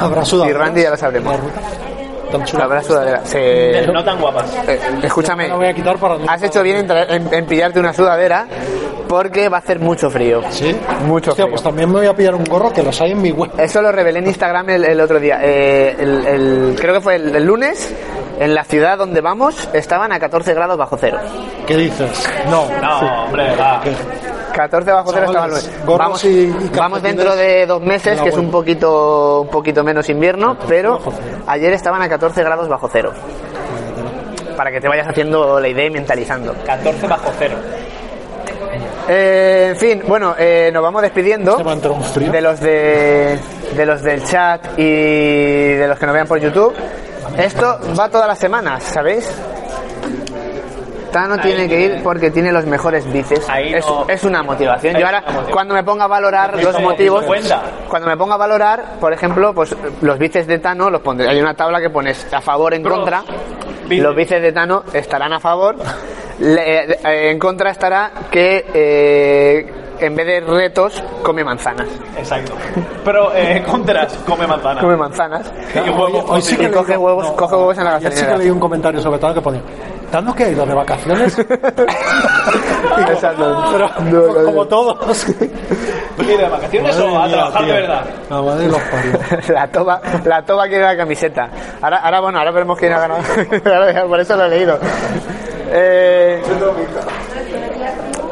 Speaker 3: Habrá sudado.
Speaker 1: Y Randy ya lo sabremos.
Speaker 3: Tan chula.
Speaker 1: La verdad, sudadera. Se-
Speaker 2: No tan guapas.
Speaker 1: eh, escúchame,
Speaker 3: La voy a quitar para...
Speaker 1: has hecho bien en, tra- en- en pillarte una sudadera porque va a hacer mucho frío.
Speaker 3: ¿Sí?
Speaker 1: Mucho
Speaker 3: Hostia,
Speaker 1: frío.
Speaker 3: pues también me voy a pillar un gorro que los hay en mi web.
Speaker 1: Eso lo revelé en Instagram el, el otro día. Eh, el- el- creo que fue el, el lunes. En la ciudad donde vamos estaban a 14 grados bajo cero.
Speaker 3: ¿Qué dices? No.
Speaker 2: No, hombre, va.
Speaker 1: 14 bajo cero estaban
Speaker 3: Chavales,
Speaker 1: los
Speaker 3: gorros
Speaker 1: Vamos,
Speaker 3: y- y
Speaker 1: vamos
Speaker 3: calcetines
Speaker 1: dentro de dos meses,
Speaker 3: en la
Speaker 1: que es un
Speaker 3: web.
Speaker 1: poquito, un poquito menos invierno,
Speaker 3: 14
Speaker 1: pero
Speaker 3: bajo cero.
Speaker 1: ayer estaban a 14 grados bajo cero. Para que te vayas haciendo la idea y mentalizando.
Speaker 2: 14 bajo cero.
Speaker 1: Eh, en fin, bueno, eh, nos vamos despidiendo
Speaker 3: Se va a entrar un frío.
Speaker 1: de los de, de los del chat y de los que nos vean por YouTube. Esto va todas las semanas, ¿sabéis? Tano tiene que ir porque tiene los mejores bices.
Speaker 2: Ahí
Speaker 1: Es,
Speaker 2: no-
Speaker 1: es una motivación.
Speaker 2: Es
Speaker 1: Yo ahora,
Speaker 2: una motivación.
Speaker 1: cuando me ponga a valorar los
Speaker 2: como
Speaker 1: motivos,
Speaker 2: 50.
Speaker 1: cuando me ponga a valorar, por ejemplo, pues los bices de Tano los pondré. Hay una tabla que pones a favor, en
Speaker 2: Pros.
Speaker 1: contra.
Speaker 2: Bices.
Speaker 1: Los bices de Tano estarán a favor. Le- eh, en contra estará que eh, en vez de retos come manzanas.
Speaker 2: Exacto. Pero eh, contras, come manzana.
Speaker 1: Come manzanas.
Speaker 2: Y huevo.
Speaker 3: Hoy sí que
Speaker 1: Y
Speaker 3: leí-
Speaker 1: coge huevos,
Speaker 3: no,
Speaker 1: coge huevos en la
Speaker 3: ayer sí que
Speaker 1: gasolinera.
Speaker 3: leí un comentario sobre todo que ponía. ¿Tanto que ha ido de vacaciones?
Speaker 1: Exacto.
Speaker 3: Pero
Speaker 1: No, no, no.
Speaker 3: como todos.
Speaker 2: ¿Y de vacaciones o a
Speaker 3: Madre mía,
Speaker 2: trabajar de
Speaker 3: tío.
Speaker 2: verdad?
Speaker 3: La madre de los parió.
Speaker 1: La toba, la toba quiere la camiseta. Ahora, ahora bueno, ahora veremos quién ha ganado. Ahora, Por eso lo he leído. Eh,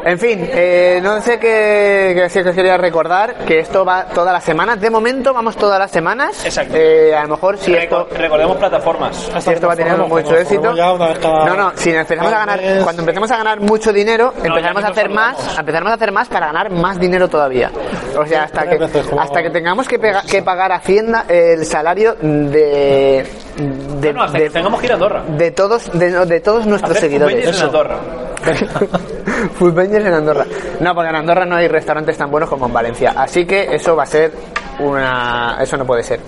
Speaker 1: en fin, eh, no sé qué, qué- si os quería recordar, que esto va todas las semanas. De momento vamos todas las semanas.
Speaker 2: Exacto.
Speaker 1: Eh, a lo mejor si esto,
Speaker 2: Reco- recordemos plataformas.
Speaker 1: si esto va a tener
Speaker 3: Nos formamos,
Speaker 1: mucho
Speaker 3: nos
Speaker 1: éxito.
Speaker 3: formamos ya una vez cada-
Speaker 1: No, no, si empezamos a
Speaker 3: cada
Speaker 1: ganar,
Speaker 3: mes.
Speaker 1: cuando empecemos a ganar mucho dinero, empezaremos
Speaker 2: ya
Speaker 1: a
Speaker 2: nos
Speaker 1: hacer más,
Speaker 2: saludamos.
Speaker 1: empezaremos a hacer más para ganar más dinero todavía. O sea, hasta que
Speaker 3: Tres veces jugamos.
Speaker 1: hasta que tengamos que, pega- que pagar a Hacienda el salario de de,
Speaker 2: No, no, hasta
Speaker 1: de-
Speaker 2: que tengamos que ir a Andorra.
Speaker 1: de todos de, no, de todos nuestros
Speaker 2: Hacer
Speaker 1: seguidores.
Speaker 2: convenios en Andorra.
Speaker 1: Food Bangers en Andorra. No, porque en Andorra no hay restaurantes tan buenos como en Valencia. Así que eso va a ser una. Eso no puede ser.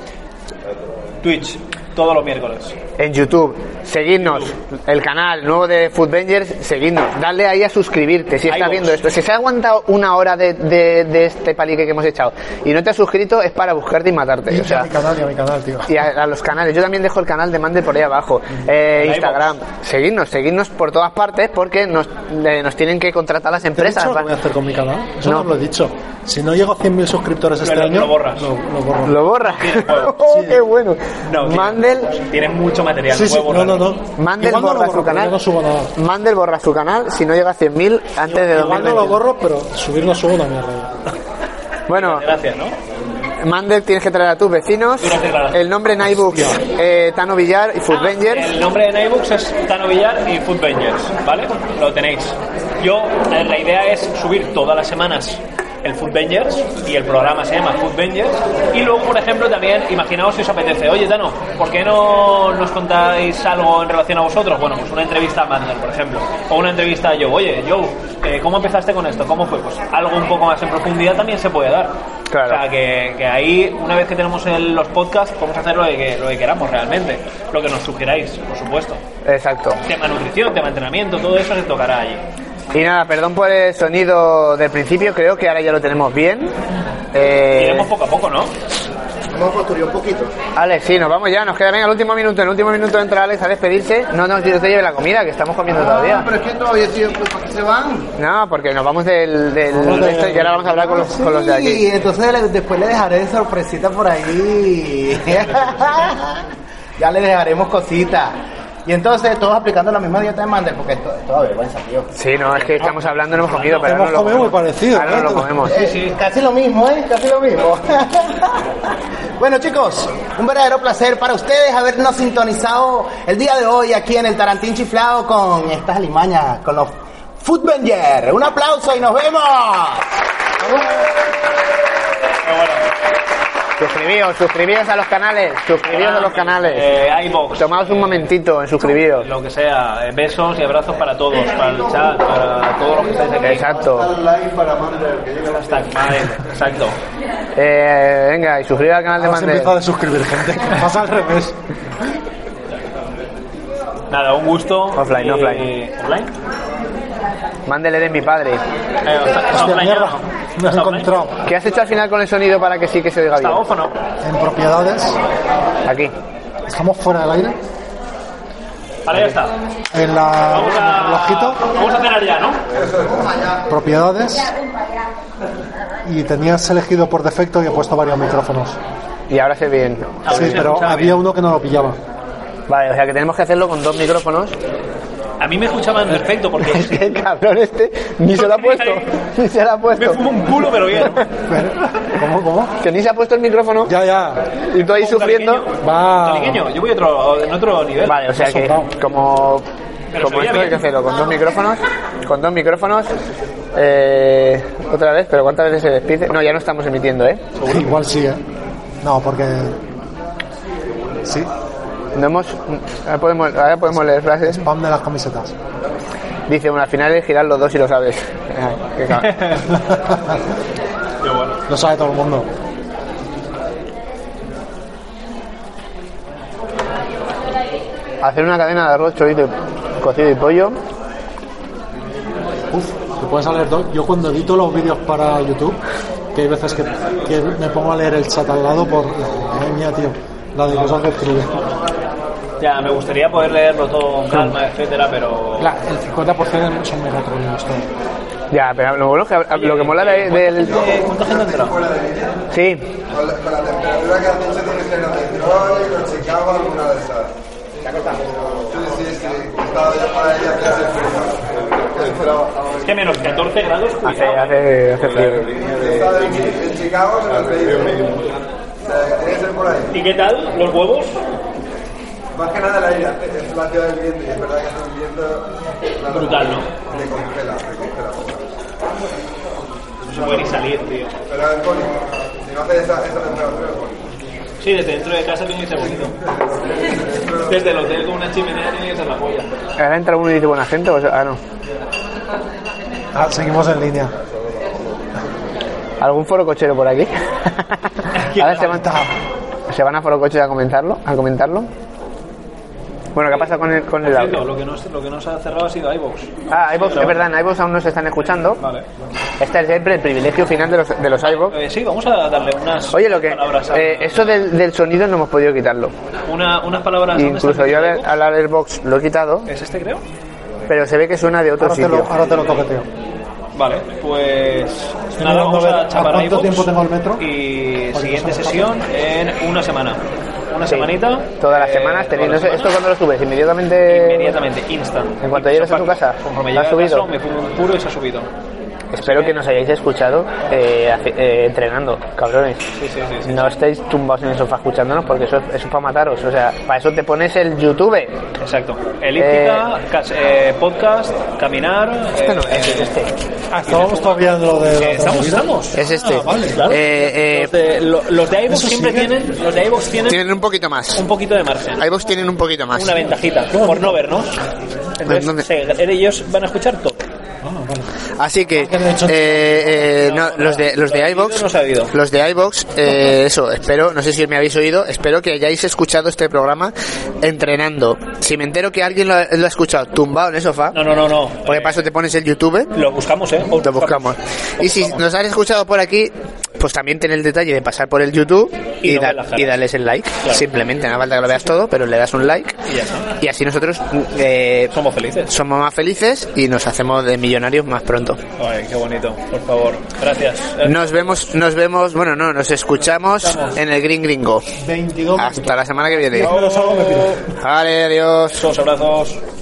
Speaker 2: Twitch, todos los miércoles.
Speaker 1: en YouTube. Seguidnos, el canal nuevo de Foodvengers, seguidnos. Dale ahí a suscribirte si estás
Speaker 2: iVoox.
Speaker 1: viendo esto. Si se ha aguantado una hora de, de- de este palique que hemos echado y no te has suscrito, es para buscarte y matarte. O
Speaker 3: Y a
Speaker 1: sea,
Speaker 3: mi canal y a mi canal, tío.
Speaker 1: y a, a los canales. Yo también dejo el canal de Mande por ahí abajo. Eh,
Speaker 2: En
Speaker 1: Instagram. Seguidnos, seguidnos por todas partes porque nos, eh, nos tienen que contratar las
Speaker 3: ¿Te he
Speaker 1: empresas.
Speaker 3: dicho lo que
Speaker 1: Van-
Speaker 3: voy a hacer con mi canal? Eso
Speaker 1: No.
Speaker 3: no, lo he dicho. Si no llego a 100.000 suscriptores este
Speaker 2: lo-
Speaker 3: año,
Speaker 2: lo borras.
Speaker 3: Lo, lo borro.
Speaker 1: Lo borra.
Speaker 2: Tiene juego.
Speaker 1: oh, qué bueno.
Speaker 2: No, tío.
Speaker 1: Mandel,
Speaker 2: Tienes mucho material.
Speaker 3: sí, sí,
Speaker 2: huevo,
Speaker 3: no, no, no.
Speaker 1: Mandel
Speaker 3: Igual no lo
Speaker 1: borra
Speaker 3: borro,
Speaker 1: su
Speaker 3: pero
Speaker 1: canal.
Speaker 3: yo no subo nada.
Speaker 1: Mandel borra su canal si no llega a 100.000 antes de
Speaker 3: Igual no
Speaker 1: 2020.
Speaker 3: lo borro, pero subir no subo una mierda.
Speaker 1: Bueno,
Speaker 2: Gracias, ¿no?
Speaker 1: Mandel tienes que traer a tus vecinos.
Speaker 2: Duras declaraciones.
Speaker 1: El nombre Naibux, eh, Tano Villar y Food Rangers.
Speaker 2: El nombre de Naibux es Tano Villar y Food Vengers, ¿vale? Lo tenéis. Yo, eh, la idea es subir todas las semanas el Food Vengers y el programa se llama Food Vengers. Y luego, por ejemplo, también, imaginaos si os apetece, oye, Tano, ¿por qué no nos contáis algo en relación a vosotros? Bueno, pues una entrevista a Mandel, por ejemplo, o una entrevista a Joe, oye, Joe, eh, ¿cómo empezaste con esto? ¿Cómo fue? Pues algo un poco más en profundidad también se puede dar.
Speaker 1: Claro.
Speaker 2: O sea, que, que ahí, una vez que tenemos el- los podcasts, podemos hacer lo de que, lo que queramos realmente, lo que nos sugeráis, por supuesto.
Speaker 1: Exacto.
Speaker 2: Tema nutrición, tema entrenamiento, todo eso se tocará allí.
Speaker 1: Y nada, perdón por el sonido del principio, creo que ahora ya lo tenemos bien. Eh,
Speaker 2: Iremos poco a poco, ¿no?
Speaker 4: Vamos a construir pues, un poquito.
Speaker 1: Alex, sí, nos vamos ya, nos queda bien el último minuto. En el último minuto entra Alex a despedirse. No nos no te lleve la comida, que estamos comiendo
Speaker 4: Ah,
Speaker 1: todavía.
Speaker 4: pero es que todavía sí, pues, ¿para qué se van?
Speaker 1: No, porque nos vamos del, del de esto y ahora vamos a hablar con los, con los de
Speaker 4: Ah, Sí, eh.
Speaker 1: aquí.
Speaker 4: entonces le- después le dejaré de sorpresita por ahí. ya le dejaremos cositas. Y entonces todos aplicando la misma dieta de Mandel, porque esto, esto da vergüenza, tío.
Speaker 1: Sí, no, es que estamos hablando, no hemos comido, pero
Speaker 3: Hemos
Speaker 1: ahora no lo
Speaker 3: comido muy parecido.
Speaker 1: Ahora no lo
Speaker 3: ¿eh?
Speaker 1: comemos.
Speaker 4: Eh, Casi lo mismo, ¿eh? Casi lo mismo. bueno, chicos, un verdadero placer para ustedes habernos sintonizado el día de hoy aquí en el Tarantín Chiflado con estas alimañas, con los Foodvenger. Un aplauso y nos vemos.
Speaker 1: eh, Suscribíos, suscribíos a los canales, suscribíos a los canales.
Speaker 2: Eh, iVoox,
Speaker 1: Tomaos un momentito en suscribíos.
Speaker 2: lo que sea. Eh, Besos y abrazos para todos, para el chat, para todos los que estáis aquí.
Speaker 1: Exacto.
Speaker 2: Hasta madre, exacto.
Speaker 1: Eh, venga, y suscribíos al canal de
Speaker 3: Ahora se empieza
Speaker 1: Mandel.
Speaker 3: a suscribir gente. Pasa al revés.
Speaker 2: Nada, un gusto.
Speaker 1: Offline,
Speaker 2: Y-
Speaker 1: offline.
Speaker 2: ¿Offline?
Speaker 1: Mandel eres mi padre.
Speaker 2: Eh, o sea, ¿está
Speaker 3: Hostia,
Speaker 2: offline ya
Speaker 3: mierda.
Speaker 2: o no?
Speaker 3: No he
Speaker 2: ¿Está offline?
Speaker 3: encontrado.
Speaker 1: ¿Qué has hecho al final con el sonido para que sí que se oiga
Speaker 2: ¿Está
Speaker 1: bien?
Speaker 2: off o no?
Speaker 3: En propiedades,
Speaker 1: Aquí.
Speaker 3: estamos fuera del aire.
Speaker 2: Vale, ya está.
Speaker 3: En la
Speaker 2: Vamos
Speaker 3: en el
Speaker 2: a,
Speaker 3: ojito,
Speaker 2: vamos a cenar ya, ¿no?
Speaker 3: propiedades. Y tenías elegido por defecto y he puesto varios micrófonos.
Speaker 1: Y ahora se ve bien.
Speaker 2: A ver
Speaker 3: Sí,
Speaker 2: si se
Speaker 3: pero
Speaker 2: Ah, escuchaba
Speaker 3: había
Speaker 2: bien.
Speaker 3: uno que no lo pillaba.
Speaker 1: Vale, o sea que tenemos que hacerlo con dos micrófonos.
Speaker 2: A mí me escuchaban perfecto porque
Speaker 1: Es que el cabrón este ni se lo ha puesto. Ni se lo ha
Speaker 2: me
Speaker 1: puesto.
Speaker 2: fumo un culo, pero bien.
Speaker 3: Pero- ¿Cómo, cómo?
Speaker 1: Que ni se ha puesto el micrófono.
Speaker 3: Ya, ya.
Speaker 1: Y tú ahí sufriendo.
Speaker 3: Va.
Speaker 2: Cariqueño, yo voy otro, en otro nivel.
Speaker 1: Vale, o sea que como,
Speaker 2: Pero se
Speaker 1: como
Speaker 2: oía
Speaker 1: esto hay
Speaker 2: bien.
Speaker 1: que hacerlo con dos micrófonos, con dos micrófonos, eh, otra vez, pero ¿cuántas veces se despide? No, ya no estamos emitiendo, ¿eh?
Speaker 3: Igual sí, ¿eh? No, porque. Sí,
Speaker 1: No hemos, ahora, podemos, ahora podemos leer frases.
Speaker 3: spam de las camisetas.
Speaker 1: Dice, bueno, al final es girar los dos y lo sabes. Ah, qué cabrón.
Speaker 3: Lo sabe todo el mundo.
Speaker 1: Hacer una cadena de arroz, chorizo, y- cocido y pollo.
Speaker 3: Uf, te puedes leer todo. Yo cuando edito los vídeos para YouTube, que hay veces que, que me pongo a leer el chat al lado por la mía, tío. La de cosas que escribe.
Speaker 2: Ya, me gustaría poder leerlo todo con calma, etcétera, pero.
Speaker 3: La- el 50% son megatrollos, tío.
Speaker 1: Ya, pero lo, bueno es que, lo que mola de- del...
Speaker 2: Eh, ¿Cuánta gente ha entrado?
Speaker 1: Sí,
Speaker 5: Con la, con la temperatura que anoche tiene que ser la de Detroit, o Chicago, alguna de esas. Sí, sí, sí. Estaba yo para ella que hace frío. Pero-
Speaker 2: Es que menos 14 grados,
Speaker 1: hace,
Speaker 2: cuidado.
Speaker 1: hace, hace frío.
Speaker 5: Estaba en, en Chicago, en el medio. O sea, tiene que ser por ahí.
Speaker 2: ¿Y qué tal? ¿Los huevos?
Speaker 5: Más que nada la ira, es la ciudad del viento y es verdad que el viento claro,
Speaker 2: Brutal, ¿no?
Speaker 5: te congela, te congela.
Speaker 2: No se puede ni salir, tío.
Speaker 5: Pero es bonito. Si no haces esa, esa temperatura es bonito.
Speaker 2: Sí, desde dentro de casa tiene que ser bonito. Desde el hotel con una chimenea tiene que ser la polla.
Speaker 1: Ahora entra uno y dice, buena gente, o sea, ah, no.
Speaker 3: Ah, seguimos en línea.
Speaker 1: ¿Algún foro cochero por aquí? Ahora se
Speaker 3: Está.
Speaker 1: monta. ¿Se van a Forocoches a comentarlo? ¿A comentarlo? Bueno, ¿qué pasa con el, con el
Speaker 2: Por cierto,
Speaker 1: audio?
Speaker 2: lo que, nos, lo que nos ha cerrado ha sido iVoox.
Speaker 1: Ah, iVoox, es verdad, en iVoox aún no se están escuchando.
Speaker 2: Vale.
Speaker 1: Este es siempre el privilegio final de los, de los iVoox.
Speaker 2: Eh, sí, vamos a darle unas
Speaker 1: Oye, lo que...
Speaker 2: palabras a-
Speaker 1: eh, eso del, del sonido no hemos podido quitarlo.
Speaker 2: una- unas palabras... ¿dónde Ah, está
Speaker 1: Incluso
Speaker 2: el
Speaker 1: yo al,
Speaker 2: iVoox?
Speaker 1: al Airbox lo he quitado,
Speaker 2: ¿Es este, creo?
Speaker 1: pero se ve que suena de otro
Speaker 3: Ahora te,
Speaker 1: sitio.
Speaker 3: lo, ahora te lo coqueteo.
Speaker 2: Vale, pues...
Speaker 3: Estoy
Speaker 2: Nada,
Speaker 3: mirando
Speaker 2: vamos
Speaker 3: a ver
Speaker 2: a
Speaker 3: a
Speaker 2: chapar
Speaker 3: cuánto
Speaker 2: iVoox
Speaker 3: tiempo tengo el metro.
Speaker 2: Y
Speaker 3: Porque
Speaker 2: siguiente
Speaker 3: no sé.
Speaker 2: sesión en una semana. Una
Speaker 1: Sí.
Speaker 2: semanita.
Speaker 1: Todas las
Speaker 2: eh,
Speaker 1: semanas tenéis.
Speaker 2: todas
Speaker 1: no
Speaker 2: las
Speaker 1: sé, ¿Esto
Speaker 2: semanas.
Speaker 1: cuando lo subes? Inmediatamente.
Speaker 2: Inmediatamente, instant.
Speaker 1: En cuanto llegues a tu casa,
Speaker 2: Conforme
Speaker 1: ¿lo has
Speaker 2: llegue a casa,
Speaker 1: subido?
Speaker 2: me pongo un puro y se ha subido.
Speaker 1: Espero que nos hayáis escuchado eh, hace- eh, entrenando, cabrones.
Speaker 2: Sí, sí, sí. sí.
Speaker 1: No estéis tumbados en el sofá escuchándonos porque eso, eso es para mataros. O sea, para eso te pones el YouTube.
Speaker 2: Exacto. Elíptica, cas- eh, podcast, caminar.
Speaker 1: Este
Speaker 2: eh,
Speaker 1: no es,
Speaker 2: eh,
Speaker 1: este.
Speaker 3: Ah, estábamos todavía en lo de.
Speaker 2: eh, estamos, estamos.
Speaker 1: Es este.
Speaker 2: Ah, vale, claro.
Speaker 1: Eh, eh,
Speaker 2: los de, lo- los de iVoox
Speaker 3: Eso
Speaker 2: siempre
Speaker 3: sigue.
Speaker 2: tienen, los de iVoox tienen
Speaker 1: Tienen un poquito más.
Speaker 2: un poquito de margen.
Speaker 1: iVoox tienen un poquito más.
Speaker 2: Una ventajita, por no vernos.
Speaker 1: Ah,
Speaker 2: Entonces,
Speaker 1: ¿Dónde?
Speaker 2: se- ellos van a escuchar todo.
Speaker 1: Así que eh,
Speaker 3: que no he hecho-
Speaker 1: eh, no, los de los
Speaker 2: Lo
Speaker 1: de
Speaker 2: he oído,
Speaker 1: iBox,
Speaker 2: no se ha oído.
Speaker 1: los de iBox, eh, eso. Espero, no sé si me habéis oído. Espero que hayáis escuchado este programa entrenando. Si me entero que alguien lo, ha- lo ha escuchado tumbado en el sofá,
Speaker 2: No, no, no, no.
Speaker 1: porque paso te pones el YouTube,
Speaker 2: Lo buscamos, ¿eh?
Speaker 1: lo buscamos. Y si nos han escuchado por aquí, pues también ten el detalle de pasar por el YouTube
Speaker 2: Y
Speaker 1: y,
Speaker 2: no
Speaker 1: da-
Speaker 2: ver las caras.
Speaker 1: y darles el like.
Speaker 2: Claro.
Speaker 1: Simplemente, no hace falta que lo veas todo, pero le das un like
Speaker 2: Y ya está.
Speaker 1: y así nosotros eh,
Speaker 2: Somos felices.
Speaker 1: somos más felices y nos hacemos de millonarios más pronto.
Speaker 2: Ay, qué bonito, por favor. Gracias.
Speaker 1: Nos vemos, nos vemos, bueno, no, nos escuchamos en el Green Gringo.
Speaker 3: 22
Speaker 2: Ah,
Speaker 1: Hasta la semana que viene.
Speaker 3: Yo me lo salgo, me pido.
Speaker 1: Vale, adiós.
Speaker 2: Besos, abrazos.